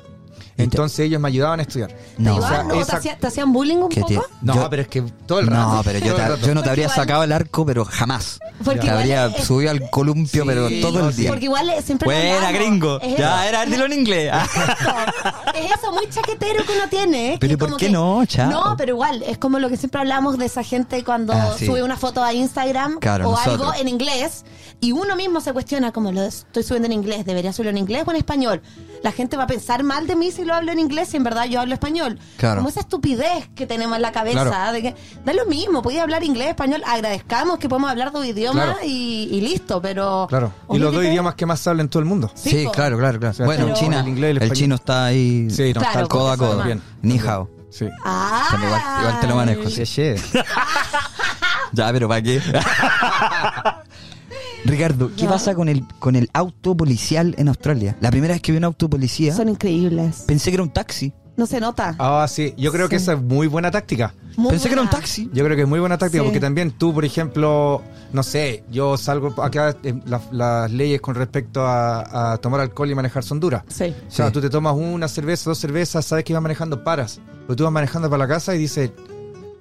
[SPEAKER 1] te-
[SPEAKER 3] Entonces ellos me ayudaban a estudiar.
[SPEAKER 2] ¿Te
[SPEAKER 1] No.
[SPEAKER 2] ayudaban
[SPEAKER 3] O sea,
[SPEAKER 2] o
[SPEAKER 3] esa-
[SPEAKER 2] te, hacía- te hacían bullying un
[SPEAKER 1] ¿Qué
[SPEAKER 2] poco?
[SPEAKER 1] tiene?
[SPEAKER 3] No,
[SPEAKER 1] Yo-
[SPEAKER 3] pero es que todo el rato.
[SPEAKER 1] No, pero yo,
[SPEAKER 3] todo el
[SPEAKER 1] te,
[SPEAKER 3] rato.
[SPEAKER 1] yo no te habría
[SPEAKER 2] Porque igual-
[SPEAKER 1] sacado el arco, pero jamás.
[SPEAKER 2] Porque
[SPEAKER 1] Te
[SPEAKER 2] igual
[SPEAKER 1] habría
[SPEAKER 2] es-
[SPEAKER 1] subido al columpio,
[SPEAKER 3] Sí,
[SPEAKER 1] pero todo
[SPEAKER 3] no,
[SPEAKER 1] el
[SPEAKER 3] sí.
[SPEAKER 1] día.
[SPEAKER 2] Porque igual es- siempre.
[SPEAKER 1] Buena,
[SPEAKER 2] hablamos.
[SPEAKER 1] gringo.
[SPEAKER 2] Es
[SPEAKER 1] Ya,
[SPEAKER 2] eso.
[SPEAKER 1] era, dilo en inglés. Ah.
[SPEAKER 2] Es eso, muy chaquetero que uno tiene. ¿eh?
[SPEAKER 1] Pero
[SPEAKER 2] Que
[SPEAKER 1] ¿y por
[SPEAKER 2] como
[SPEAKER 1] qué
[SPEAKER 2] que-
[SPEAKER 1] no? Chao.
[SPEAKER 2] No, pero igual, es como lo que siempre hablamos de esa gente cuando
[SPEAKER 1] Ah, sí.
[SPEAKER 2] sube una foto a Instagram
[SPEAKER 1] Claro,
[SPEAKER 2] o
[SPEAKER 1] nosotros.
[SPEAKER 2] algo en inglés y uno mismo se cuestiona como lo estoy subiendo en inglés, debería subirlo en inglés o en español. La gente va a pensar mal de mí si lo hablo en inglés si en verdad yo hablo español.
[SPEAKER 1] Claro.
[SPEAKER 2] Como esa estupidez que tenemos en la cabeza
[SPEAKER 3] Claro.
[SPEAKER 2] de que da lo mismo, podéis hablar inglés, español, agradezcamos que podemos hablar dos idiomas
[SPEAKER 3] Claro.
[SPEAKER 2] y, y listo, pero...
[SPEAKER 3] Claro. Y
[SPEAKER 2] Obvio
[SPEAKER 3] los
[SPEAKER 2] que
[SPEAKER 3] dos
[SPEAKER 2] te-
[SPEAKER 3] idiomas que más se hablan en todo el mundo.
[SPEAKER 1] Sí,
[SPEAKER 2] Sí, po.
[SPEAKER 1] claro, claro, claro.
[SPEAKER 3] O sea,
[SPEAKER 1] bueno, en
[SPEAKER 2] pero-
[SPEAKER 1] China,
[SPEAKER 3] el
[SPEAKER 1] el,
[SPEAKER 3] inglés y el español.
[SPEAKER 1] chino está ahí
[SPEAKER 3] Sí, no,
[SPEAKER 2] Claro,
[SPEAKER 3] está
[SPEAKER 1] al codo a
[SPEAKER 2] porque
[SPEAKER 1] codo.
[SPEAKER 2] son
[SPEAKER 3] bien.
[SPEAKER 1] Ni hao.
[SPEAKER 3] Sí.
[SPEAKER 2] Ah,
[SPEAKER 1] Pero Igual, igual te lo manejo. sí. Ya, pero ¿para qué? Ricardo, ¿qué
[SPEAKER 2] Ya.
[SPEAKER 1] pasa con el, con el auto policial en Australia? La primera vez que vi un auto policía,
[SPEAKER 2] Son increíbles.
[SPEAKER 1] pensé que era un taxi.
[SPEAKER 2] No se nota.
[SPEAKER 3] Ah, sí. Yo creo que
[SPEAKER 2] Sí.
[SPEAKER 3] esa es muy buena táctica.
[SPEAKER 2] Muy
[SPEAKER 1] Pensé que era un
[SPEAKER 2] buena.
[SPEAKER 1] taxi.
[SPEAKER 3] Yo creo que es muy buena táctica
[SPEAKER 2] Sí.
[SPEAKER 3] porque también tú, por ejemplo, no sé, yo salgo acá, eh, la- las leyes con respecto a, a tomar alcohol y manejar son duras.
[SPEAKER 2] Sí.
[SPEAKER 3] O sea,
[SPEAKER 1] Sí.
[SPEAKER 3] tú te tomas una cerveza, dos cervezas, sabes que vas manejando, paras. Pero tú vas manejando para la casa y dices,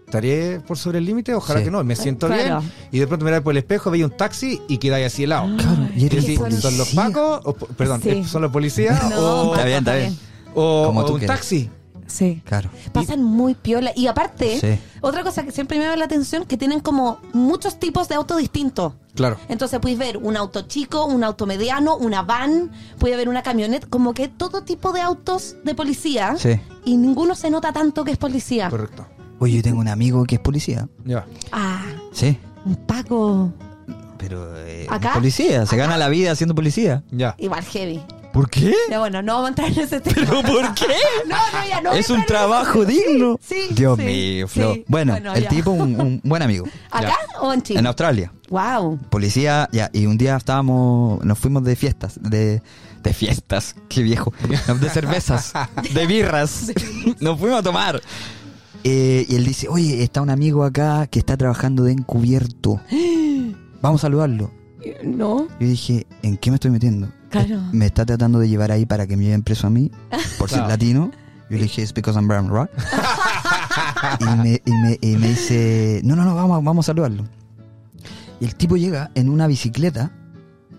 [SPEAKER 3] ¿estaré por sobre el límite? Ojalá
[SPEAKER 1] Sí.
[SPEAKER 3] que no, me siento
[SPEAKER 2] Claro.
[SPEAKER 3] bien. Y de pronto miras por el espejo, veis un taxi y quedáis así helado.
[SPEAKER 1] Claro, y
[SPEAKER 3] Y
[SPEAKER 1] eres
[SPEAKER 2] Sí,
[SPEAKER 3] decís,
[SPEAKER 1] policía. Oh,
[SPEAKER 3] ¿Son los pacos? O, perdón,
[SPEAKER 4] Sí.
[SPEAKER 3] ¿son los policías?
[SPEAKER 4] No,
[SPEAKER 3] o
[SPEAKER 1] Está bien, está bien.
[SPEAKER 3] o-
[SPEAKER 1] Como
[SPEAKER 3] o
[SPEAKER 1] tú
[SPEAKER 3] un
[SPEAKER 1] quieras.
[SPEAKER 3] taxi.
[SPEAKER 4] Sí.
[SPEAKER 1] Claro.
[SPEAKER 2] Pasan muy piola. Y aparte,
[SPEAKER 1] Sí.
[SPEAKER 2] otra cosa que siempre me llama la atención, que tienen como muchos tipos de autos distintos.
[SPEAKER 3] Claro.
[SPEAKER 2] Entonces puedes ver un auto chico, un auto mediano, una van, puede haber una camioneta, como que todo tipo de autos de policía.
[SPEAKER 1] Sí.
[SPEAKER 2] Y ninguno se nota tanto que es policía.
[SPEAKER 3] Correcto.
[SPEAKER 1] Oye, yo tengo un amigo que es policía.
[SPEAKER 3] Ya.
[SPEAKER 2] Ah,
[SPEAKER 1] Sí.
[SPEAKER 2] un Paco.
[SPEAKER 1] Pero eh,
[SPEAKER 2] ¿Acá?
[SPEAKER 1] policía, se gana la vida siendo policía.
[SPEAKER 3] Ya.
[SPEAKER 2] Igual heavy.
[SPEAKER 1] ¿Por qué?
[SPEAKER 2] Ya bueno, no vamos a entrar en ese tema.
[SPEAKER 1] ¿Pero por qué?
[SPEAKER 2] No, no, ya no. voy a
[SPEAKER 1] es un
[SPEAKER 2] entrar en
[SPEAKER 1] trabajo digno.
[SPEAKER 2] sí,
[SPEAKER 1] Dios
[SPEAKER 2] sí,
[SPEAKER 1] mío,
[SPEAKER 2] sí.
[SPEAKER 1] Flo. Bueno,
[SPEAKER 2] Bueno,
[SPEAKER 1] el
[SPEAKER 2] ya.
[SPEAKER 1] tipo un, un buen amigo.
[SPEAKER 2] ese- ¿Acá o en Chile?
[SPEAKER 1] En Australia.
[SPEAKER 2] Wow.
[SPEAKER 1] Policía, ya, y un día estábamos, nos fuimos de fiestas, de, de fiestas, qué viejo, No, de cervezas, de birras, nos fuimos a tomar. Eh, y él dice, oye, está un amigo acá que está trabajando de encubierto, vamos a saludarlo.
[SPEAKER 2] No,
[SPEAKER 1] Yo dije, ¿en qué me estoy metiendo? Eh,
[SPEAKER 2] claro.
[SPEAKER 1] me está tratando de llevar ahí para que me lleven preso a mí por ser
[SPEAKER 3] Claro.
[SPEAKER 1] latino. Yo le dije, it's because I'm brown, right? y, me, y me- y me dice, no, no, no, vamos, vamos a saludarlo. Y el tipo llega en una bicicleta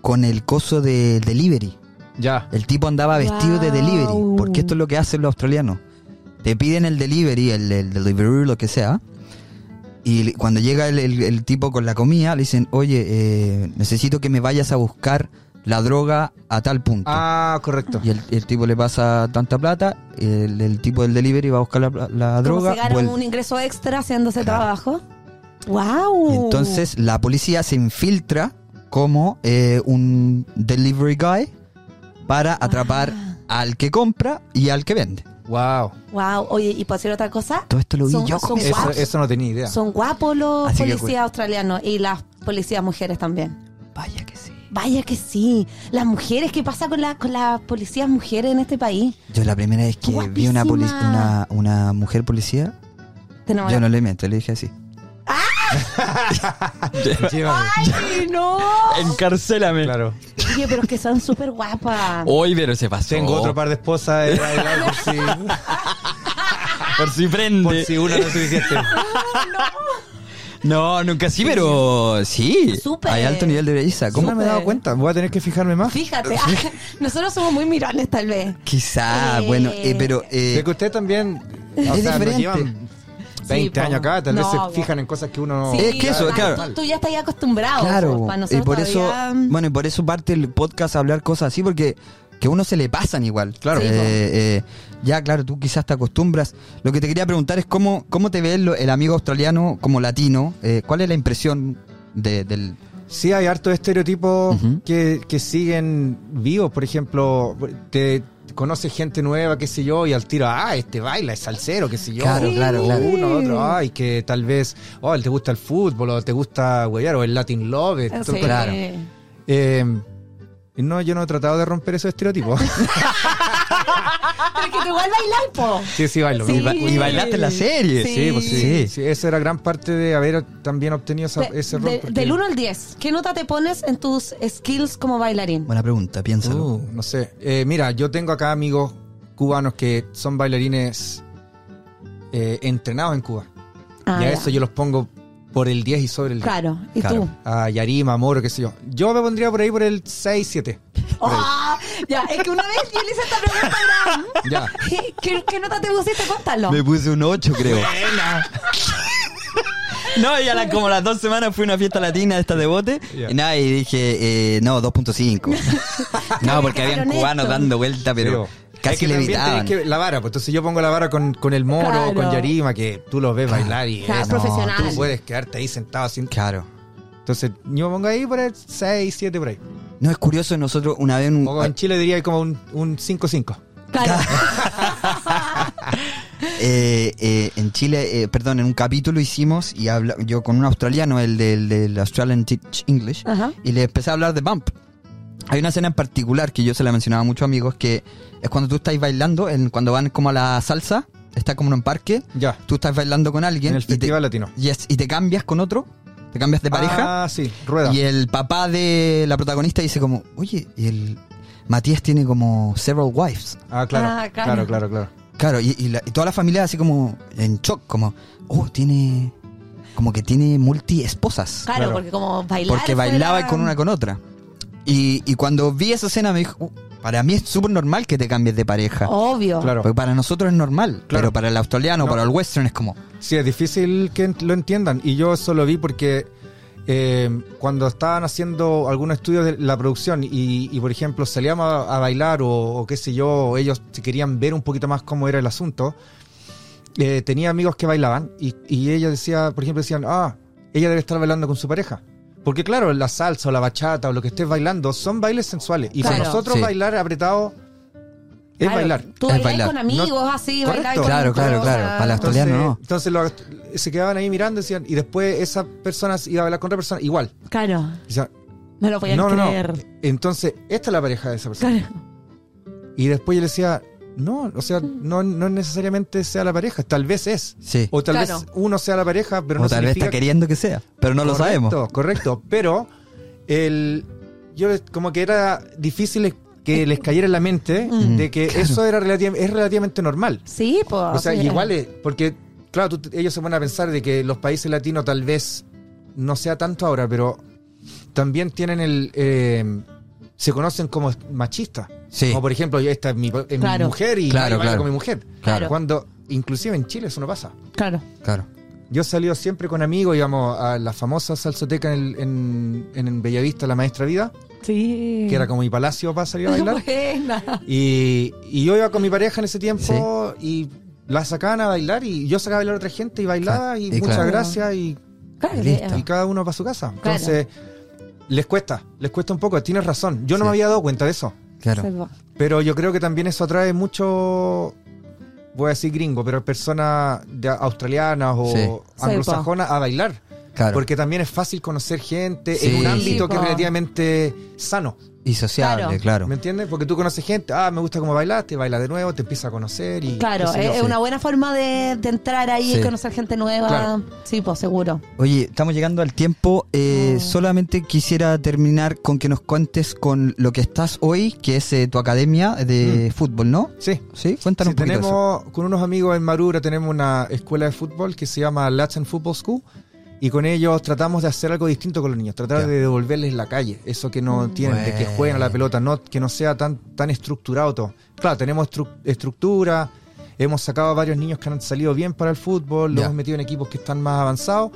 [SPEAKER 1] con el coso de delivery.
[SPEAKER 3] Ya.
[SPEAKER 1] El tipo andaba vestido de delivery,
[SPEAKER 2] Wow.
[SPEAKER 1] porque esto es lo que hacen los australianos. Te piden el delivery, el, el delivery, lo que sea. Y le- cuando llega el, el- el tipo con la comida, le dicen, oye, eh, necesito que me vayas a buscar la droga a tal punto.
[SPEAKER 3] Ah, correcto.
[SPEAKER 1] Y el, el tipo le pasa tanta plata, el, el tipo del delivery va a buscar la, pla- la
[SPEAKER 2] Como
[SPEAKER 1] droga.
[SPEAKER 2] se gana
[SPEAKER 1] vuelve.
[SPEAKER 2] un ingreso extra haciendo ese
[SPEAKER 1] Claro.
[SPEAKER 2] trabajo. Wow.
[SPEAKER 1] Y Entonces
[SPEAKER 2] uh.
[SPEAKER 1] la policía se infiltra como eh, un delivery guy para atrapar
[SPEAKER 2] Ah.
[SPEAKER 1] al que compra y al que vende.
[SPEAKER 3] Wow.
[SPEAKER 2] Wow. Oye, y puedo decir otra cosa.
[SPEAKER 1] Todo esto lo vi
[SPEAKER 2] Son-
[SPEAKER 1] yo.
[SPEAKER 2] son
[SPEAKER 1] con mis
[SPEAKER 2] guapos.
[SPEAKER 3] Eso,
[SPEAKER 1] ojos.
[SPEAKER 3] eso no tenía idea.
[SPEAKER 2] Son guapos los
[SPEAKER 1] Así que
[SPEAKER 2] policías
[SPEAKER 1] cu-
[SPEAKER 2] australianos y las policías mujeres también.
[SPEAKER 1] Vaya que sí.
[SPEAKER 2] Vaya que sí. Las mujeres, ¿qué pasa con, la, con las policías mujeres en este país?
[SPEAKER 1] Yo la primera vez que vi una, poli-
[SPEAKER 2] Guapísima.
[SPEAKER 1] una, una mujer policía,
[SPEAKER 2] Tenemos
[SPEAKER 1] yo no
[SPEAKER 2] la-
[SPEAKER 1] le miento, le dije así.
[SPEAKER 3] Llévame.
[SPEAKER 2] ¡Ay, no!
[SPEAKER 1] Encarcélame.
[SPEAKER 3] Claro.
[SPEAKER 2] Oye, pero es que son súper guapas.
[SPEAKER 1] Hoy, pero se pasó.
[SPEAKER 3] Tengo otro par de esposas. eh, ahí va, por, si,
[SPEAKER 1] Por si prende.
[SPEAKER 3] por si una no es suficiente.
[SPEAKER 1] No, nunca sí, pero sí.
[SPEAKER 2] Súper.
[SPEAKER 1] Hay alto nivel de belleza. ¿Cómo?
[SPEAKER 3] ¿Cómo no me he dado cuenta? Voy a tener que fijarme más.
[SPEAKER 2] Fíjate, nosotros somos muy mirones tal vez.
[SPEAKER 1] Quizá,
[SPEAKER 2] Eh,
[SPEAKER 1] bueno, eh, pero... eh,
[SPEAKER 3] De que usted también. O
[SPEAKER 1] Es
[SPEAKER 3] sea, no
[SPEAKER 1] diferente.
[SPEAKER 3] llevan 20
[SPEAKER 2] po.
[SPEAKER 3] años acá, tal vez
[SPEAKER 2] No, po.
[SPEAKER 3] se fijan en cosas que uno.
[SPEAKER 1] Sí. Es que eso,
[SPEAKER 2] además,
[SPEAKER 1] claro.
[SPEAKER 2] Tú, tú ya estás acostumbrado.
[SPEAKER 1] claro,
[SPEAKER 2] Para
[SPEAKER 1] y
[SPEAKER 2] nosotros
[SPEAKER 1] por eso,
[SPEAKER 2] todavía-
[SPEAKER 1] bueno, y por eso parte el podcast a hablar cosas así, porque que a uno se le pasan igual. Claro.
[SPEAKER 2] Sí,
[SPEAKER 1] Eh,
[SPEAKER 2] po.
[SPEAKER 1] eh, ya, claro, tú quizás te acostumbras. Lo que te quería preguntar es cómo, cómo te ve el, el amigo australiano como latino. Eh, ¿Cuál es la impresión de- del...
[SPEAKER 3] Sí, hay hartos estereotipos
[SPEAKER 1] Ujú.
[SPEAKER 3] que, que siguen vivos. Por ejemplo, te conoces gente nueva, qué sé yo, y al tiro, ah, este baila, es salsero, qué sé yo.
[SPEAKER 1] Claro, Sí. claro, claro.
[SPEAKER 3] Uno, otro, ay, que tal vez, oh, él te gusta el fútbol, o te gusta huevear, o el Latin Love. esto-
[SPEAKER 2] Ah, Sí.
[SPEAKER 1] claro.
[SPEAKER 3] Eh, no, yo no he tratado de romper esos estereotipos.
[SPEAKER 2] Pero es que tú igual bailas, po.
[SPEAKER 3] sí, sí, bailo.
[SPEAKER 2] Sí.
[SPEAKER 3] me gusta.
[SPEAKER 1] Y bailaste en la serie.
[SPEAKER 2] Sí. Sí, pues sí.
[SPEAKER 3] Sí, esa era gran parte de haber también obtenido esa-
[SPEAKER 2] De-
[SPEAKER 3] ese
[SPEAKER 2] de-
[SPEAKER 3] rol. porque-
[SPEAKER 2] del 1 al 10, ¿qué nota te pones en tus skills como bailarín?
[SPEAKER 1] Buena pregunta, piénsalo.
[SPEAKER 3] Uh, no sé. Eh, mira, yo tengo acá amigos cubanos que son bailarines eh, entrenados en Cuba.
[SPEAKER 2] Ah,
[SPEAKER 3] y a
[SPEAKER 2] ya.
[SPEAKER 3] eso yo los pongo por el 10 y sobre el 10.
[SPEAKER 2] Claro, ¿y
[SPEAKER 1] Claro.
[SPEAKER 2] tú?
[SPEAKER 3] A Yarima, Moro, qué sé yo. Yo me pondría por ahí por el 6, 7.
[SPEAKER 2] Ah, ya, es que una vez yo le hice esta pregunta a Abraham.
[SPEAKER 3] Ya.
[SPEAKER 2] ¿Qué, qué nota te pusiste? Cuéntalo.
[SPEAKER 1] Me puse un 8, creo. No, y a la- como las dos semanas fui a una fiesta latina esta de bote.
[SPEAKER 3] Ya.
[SPEAKER 1] Y nada, y dije, eh, no, 2.5. no, porque habían
[SPEAKER 2] Claro,
[SPEAKER 1] cubanos
[SPEAKER 2] honesto.
[SPEAKER 1] dando vuelta, pero
[SPEAKER 3] Es
[SPEAKER 1] casi
[SPEAKER 3] que
[SPEAKER 1] le
[SPEAKER 3] también
[SPEAKER 1] evitaban.
[SPEAKER 3] tenés que la vara, pues entonces yo pongo la vara con, con el Moro,
[SPEAKER 2] Claro.
[SPEAKER 3] con Yarima, que tú los ves bailar y
[SPEAKER 2] Claro,
[SPEAKER 3] es-
[SPEAKER 2] profesional.
[SPEAKER 3] tú puedes quedarte ahí sentado sin.
[SPEAKER 1] Claro.
[SPEAKER 3] Entonces yo pongo ahí por el 6, 7 por ahí.
[SPEAKER 1] No, es curioso, nosotros una vez en un...
[SPEAKER 3] O en Chile diría como un un 5-5.
[SPEAKER 2] Claro.
[SPEAKER 1] Eh, eh, en Chile, eh, perdón, en un capítulo hicimos y habla,
[SPEAKER 2] Ah.
[SPEAKER 1] yo con un australiano, el del, del Australian Teach English,
[SPEAKER 2] Ajá.
[SPEAKER 1] y le empecé a hablar de bump. Hay una escena en particular que yo se la mencionaba a muchos amigos que es cuando tú estás bailando, en, cuando van como a la salsa, está como en un parque,
[SPEAKER 3] Ya.
[SPEAKER 1] tú estás bailando con alguien
[SPEAKER 3] En el
[SPEAKER 1] y, te,
[SPEAKER 3] Festival Latino.
[SPEAKER 1] yes, y te cambias con otro, te cambias de pareja
[SPEAKER 3] Ah, sí, rueda.
[SPEAKER 1] y el papá de la protagonista dice como, oye, y el Matías tiene como several wives.
[SPEAKER 3] Ah, claro.
[SPEAKER 2] Ah, claro.
[SPEAKER 3] claro, claro, claro.
[SPEAKER 1] Claro, y, y la- y toda la familia así como en shock, como, oh, tiene, como que tiene multi esposas.
[SPEAKER 2] Claro,
[SPEAKER 3] Claro.
[SPEAKER 2] porque como bailar.
[SPEAKER 1] porque bailaba
[SPEAKER 2] fuera-
[SPEAKER 1] con una con otra. Y, y cuando vi esa escena me dijo, "Uh, para mí es súper normal que te cambies de pareja.
[SPEAKER 2] Obvio.
[SPEAKER 3] Claro.
[SPEAKER 1] Porque para nosotros es normal, pero para el australiano,
[SPEAKER 3] No.
[SPEAKER 1] para el western es como,
[SPEAKER 3] Sí, es difícil que ent- lo entiendan. Y yo eso lo vi porque eh, cuando estaban haciendo algunos estudios de la producción y, y, por ejemplo, salíamos a, a bailar o, o qué sé yo, o ellos si querían ver un poquito más cómo era el asunto, eh, tenía amigos que bailaban y, y ella decía, por ejemplo, decían, ah, ella debe estar bailando con su pareja. Porque claro, la salsa o la bachata o lo que estés bailando son bailes sensuales. Y
[SPEAKER 2] Claro.
[SPEAKER 3] para nosotros
[SPEAKER 1] Sí.
[SPEAKER 3] bailar apretado es
[SPEAKER 2] Claro,
[SPEAKER 3] bailar.
[SPEAKER 2] Tú
[SPEAKER 1] Es
[SPEAKER 2] bailás
[SPEAKER 1] bailar.
[SPEAKER 2] con amigos, así,
[SPEAKER 3] Correcto.
[SPEAKER 2] bailar con
[SPEAKER 1] Claro, claro, claro, para las
[SPEAKER 2] Entonces,
[SPEAKER 1] Todavía no.
[SPEAKER 3] entonces lo- se quedaban ahí mirando decían, y después esa persona iba a hablar con otra persona igual.
[SPEAKER 2] Claro,
[SPEAKER 3] Decían,
[SPEAKER 2] no lo podían
[SPEAKER 3] no, no, no.
[SPEAKER 2] creer.
[SPEAKER 3] Entonces, esta es la pareja de esa persona.
[SPEAKER 2] Claro.
[SPEAKER 3] Y después yo le decía, no, o sea, no, no necesariamente sea la pareja, tal vez es.
[SPEAKER 1] sí. O,
[SPEAKER 3] O tal
[SPEAKER 2] Claro.
[SPEAKER 3] vez uno sea la pareja, pero no
[SPEAKER 1] tal vez
[SPEAKER 3] significa
[SPEAKER 1] está queriendo que sea, pero no lo
[SPEAKER 3] Correcto,
[SPEAKER 1] sabemos.
[SPEAKER 3] Correcto, pero el, yo les- como que era difícil que les cayera en la mente
[SPEAKER 2] Mm,
[SPEAKER 3] de que
[SPEAKER 1] claro.
[SPEAKER 3] eso era relativ- es relativamente normal.
[SPEAKER 2] Sí, pues.
[SPEAKER 3] O sea, igual es, porque, claro, tú- ellos se ponen a pensar de que los países latinos tal vez no sea tanto ahora, pero también tienen el... eh, se conocen como machistas.
[SPEAKER 1] Sí,
[SPEAKER 3] Como por ejemplo, esta es mi, es mi
[SPEAKER 2] Claro.
[SPEAKER 3] mujer y
[SPEAKER 1] Claro,
[SPEAKER 3] yo bailo
[SPEAKER 1] claro.
[SPEAKER 3] con mi mujer.
[SPEAKER 1] Claro.
[SPEAKER 3] Cuando, inclusive en Chile eso no pasa.
[SPEAKER 2] Claro.
[SPEAKER 1] claro.
[SPEAKER 3] Yo he salido siempre con amigos, íbamos a la famosa salsoteca en, el- en, en Bellavista, la Maestra Vida,
[SPEAKER 2] Sí.
[SPEAKER 3] que era como mi palacio para salir a bailar.
[SPEAKER 2] Buena.
[SPEAKER 3] Y, y yo iba con mi pareja en ese tiempo y la sacaban a bailar y yo sacaba a bailar a otra gente y bailaba
[SPEAKER 1] Claro,
[SPEAKER 3] y,
[SPEAKER 1] y
[SPEAKER 3] muchas
[SPEAKER 1] claro.
[SPEAKER 3] gracias y,
[SPEAKER 2] Claro,
[SPEAKER 1] Listo.
[SPEAKER 3] y cada uno para su casa.
[SPEAKER 2] Claro.
[SPEAKER 3] Entonces, les cuesta, les cuesta un poco, tienes razón. Yo
[SPEAKER 1] Sí.
[SPEAKER 3] no me había dado cuenta de eso,
[SPEAKER 1] Claro.
[SPEAKER 3] pero yo creo que también eso atrae mucho, voy a decir gringo, pero personas de- australianas o
[SPEAKER 1] Sí.
[SPEAKER 3] anglosajonas a bailar.
[SPEAKER 1] Claro.
[SPEAKER 3] Porque también es fácil conocer gente
[SPEAKER 1] Sí.
[SPEAKER 3] en un
[SPEAKER 1] Sí,
[SPEAKER 3] ámbito que es
[SPEAKER 2] po.
[SPEAKER 3] relativamente sano.
[SPEAKER 1] y sociable,
[SPEAKER 2] Claro.
[SPEAKER 1] claro.
[SPEAKER 3] ¿Me entiendes? Porque tú conoces gente, ah, me gusta cómo bailaste, baila de nuevo, te empieza a conocer y.
[SPEAKER 2] Claro, eh.
[SPEAKER 3] qué sé yo.
[SPEAKER 2] es, es una buena forma de, de entrar ahí
[SPEAKER 1] Sí.
[SPEAKER 2] y conocer gente nueva.
[SPEAKER 3] Claro.
[SPEAKER 2] Sí, pues seguro.
[SPEAKER 1] Oye, estamos llegando al tiempo. eh,
[SPEAKER 2] Mm.
[SPEAKER 1] Solamente quisiera terminar con que nos cuentes con lo que estás hoy, que es eh, tu academia de fútbol, ¿no?
[SPEAKER 3] Sí.
[SPEAKER 1] Sí, cuéntanos
[SPEAKER 3] Mm. Sí,
[SPEAKER 1] un poquito. de eso.
[SPEAKER 3] tenemos con unos amigos en Marura tenemos una escuela de fútbol que se llama Latin Football School y con ellos tratamos de hacer algo distinto con los niños, tratar
[SPEAKER 1] Ya.
[SPEAKER 3] de devolverles la calle, eso que no
[SPEAKER 2] Mm.
[SPEAKER 3] tienen, de que
[SPEAKER 1] Bueno.
[SPEAKER 3] jueguen a la pelota, no que no sea tan tan estructurado todo. Claro, tenemos estru- estructura, hemos sacado a varios niños que han salido bien para el fútbol, los
[SPEAKER 1] Ya.
[SPEAKER 3] hemos metido en equipos que están más avanzados,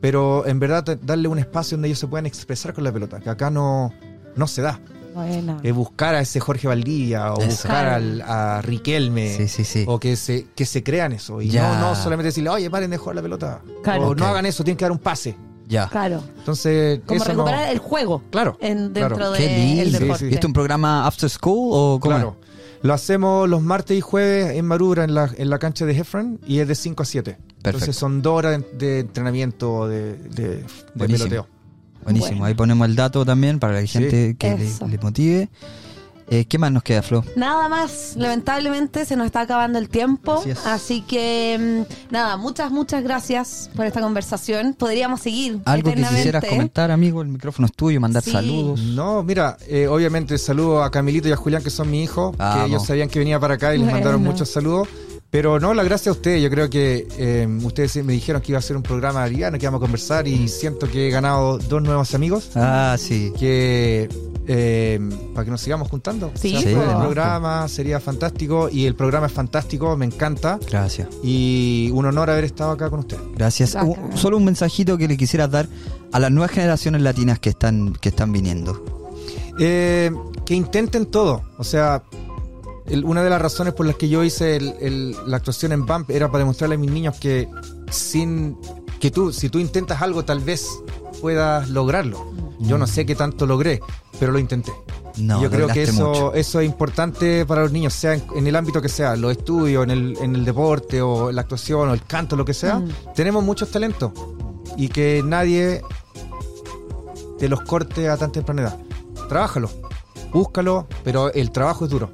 [SPEAKER 3] pero en verdad te- darle un espacio donde ellos se puedan expresar con la pelota, que acá no no se da.
[SPEAKER 2] Buena.
[SPEAKER 3] Es buscar a ese Jorge Valdivia o
[SPEAKER 1] Eso.
[SPEAKER 3] buscar al, a Riquelme
[SPEAKER 1] Sí, sí, sí.
[SPEAKER 3] o que se, que se crean eso. Y
[SPEAKER 1] Ya.
[SPEAKER 3] no, no solamente decirle, oye, paren de jugar la pelota.
[SPEAKER 2] Claro.
[SPEAKER 3] O
[SPEAKER 1] Ok.
[SPEAKER 3] no hagan eso, tienen que dar un pase.
[SPEAKER 1] Ya.
[SPEAKER 2] Claro.
[SPEAKER 3] Entonces,
[SPEAKER 2] Como
[SPEAKER 3] eso no-
[SPEAKER 2] recuperar el juego
[SPEAKER 3] Claro.
[SPEAKER 2] en,
[SPEAKER 3] claro.
[SPEAKER 2] dentro de
[SPEAKER 1] Qué
[SPEAKER 2] el
[SPEAKER 1] lindo.
[SPEAKER 3] Sí,
[SPEAKER 2] deporte.
[SPEAKER 3] sí.
[SPEAKER 1] ¿Y esto es un programa after school o cómo?
[SPEAKER 3] Claro. Lo hacemos los martes y jueves en Marura, en la, en la cancha de Heffron, y es de 5 a 7.
[SPEAKER 1] Perfecto.
[SPEAKER 3] Entonces son dos horas de, de entrenamiento, de, de, de
[SPEAKER 1] Buenísimo.
[SPEAKER 3] peloteo.
[SPEAKER 1] es? Buenísimo.
[SPEAKER 2] Bueno.
[SPEAKER 1] Ahí ponemos el dato también para la gente que
[SPEAKER 2] Eso.
[SPEAKER 1] le, le motive. Eh, ¿Qué más nos queda, Flo?
[SPEAKER 2] Nada más, lamentablemente se nos está acabando el tiempo,
[SPEAKER 1] Así es.
[SPEAKER 2] así que mm, nada, muchas, muchas gracias por esta conversación. Podríamos seguir.
[SPEAKER 1] Algo que
[SPEAKER 2] eternamente.
[SPEAKER 1] quisieras comentar, amigo. El micrófono es tuyo. Mandar
[SPEAKER 2] Sí.
[SPEAKER 1] saludos.
[SPEAKER 3] No, mira, eh, obviamente saludo a Camilito y a Julián, que son mi hijo,
[SPEAKER 1] Vamos.
[SPEAKER 3] que ellos sabían que venía para acá y les
[SPEAKER 2] Bueno.
[SPEAKER 3] mandaron muchos saludos. Pero no, la gracia a ustedes. Yo creo que eh, ustedes me dijeron que iba a ser un programa ariano, que íbamos a conversar y siento que he ganado dos nuevos amigos
[SPEAKER 1] Ah, sí.
[SPEAKER 3] que eh, para que nos sigamos juntando.
[SPEAKER 2] Sí, pues.
[SPEAKER 3] O sea,
[SPEAKER 1] po.
[SPEAKER 3] el programa sería fantástico y el programa es fantástico, me encanta
[SPEAKER 1] Gracias.
[SPEAKER 3] y un honor haber estado acá con ustedes.
[SPEAKER 1] Gracias.
[SPEAKER 2] Bacán.
[SPEAKER 1] Un- solo un mensajito que le quisieras dar a las nuevas generaciones latinas que están, que están viniendo.
[SPEAKER 3] Eh, que intenten todo. O sea, el- una de las razones por las que yo hice el- el- la actuación en Bump era para demostrarle a mis niños que sin que tú, si tú intentas algo, tal vez puedas lograrlo. Yo no sé qué tanto logré, pero lo intenté.
[SPEAKER 1] No,
[SPEAKER 3] yo creo que
[SPEAKER 1] lograste mucho.
[SPEAKER 3] eso, eso es importante para los niños, sea en, en el ámbito que sea, los estudios, en el, en el deporte, o la actuación, o el canto, lo que sea.
[SPEAKER 2] Mm.
[SPEAKER 3] Tenemos muchos talentos y que nadie te los corte a tan temprana edad. Trabájalo, búscalo, pero el trabajo es duro.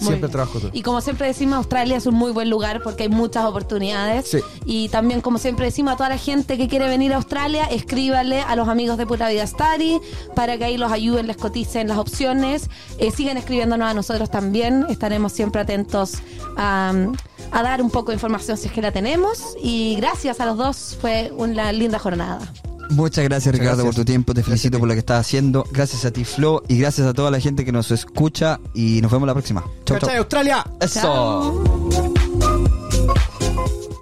[SPEAKER 2] Muy
[SPEAKER 3] Siempre
[SPEAKER 2] bien.
[SPEAKER 3] el trabajo es duro.
[SPEAKER 2] Y como siempre decimos, Australia es un muy buen lugar porque hay muchas oportunidades.
[SPEAKER 3] Sí.
[SPEAKER 2] Y también, como siempre decimos, a toda la gente que quiere venir a Australia, escríbanle a los amigos de Pura Vida Study para que ahí los ayuden, les coticen las opciones. Eh, sigan escribiéndonos a nosotros también. Estaremos siempre atentos a, a dar un poco de información si es que la tenemos. Y gracias a los dos, fue una linda jornada.
[SPEAKER 1] Muchas gracias
[SPEAKER 3] Muchas
[SPEAKER 1] Ricardo
[SPEAKER 3] gracias.
[SPEAKER 1] por tu tiempo, te
[SPEAKER 3] Gracias a
[SPEAKER 1] felicito
[SPEAKER 3] ti.
[SPEAKER 1] por lo que estás haciendo, gracias a ti Flo y gracias a toda la gente que nos escucha y nos vemos la próxima. Chau, chau.
[SPEAKER 3] ¿Cachai, Australia?
[SPEAKER 1] Eso.
[SPEAKER 2] Chao.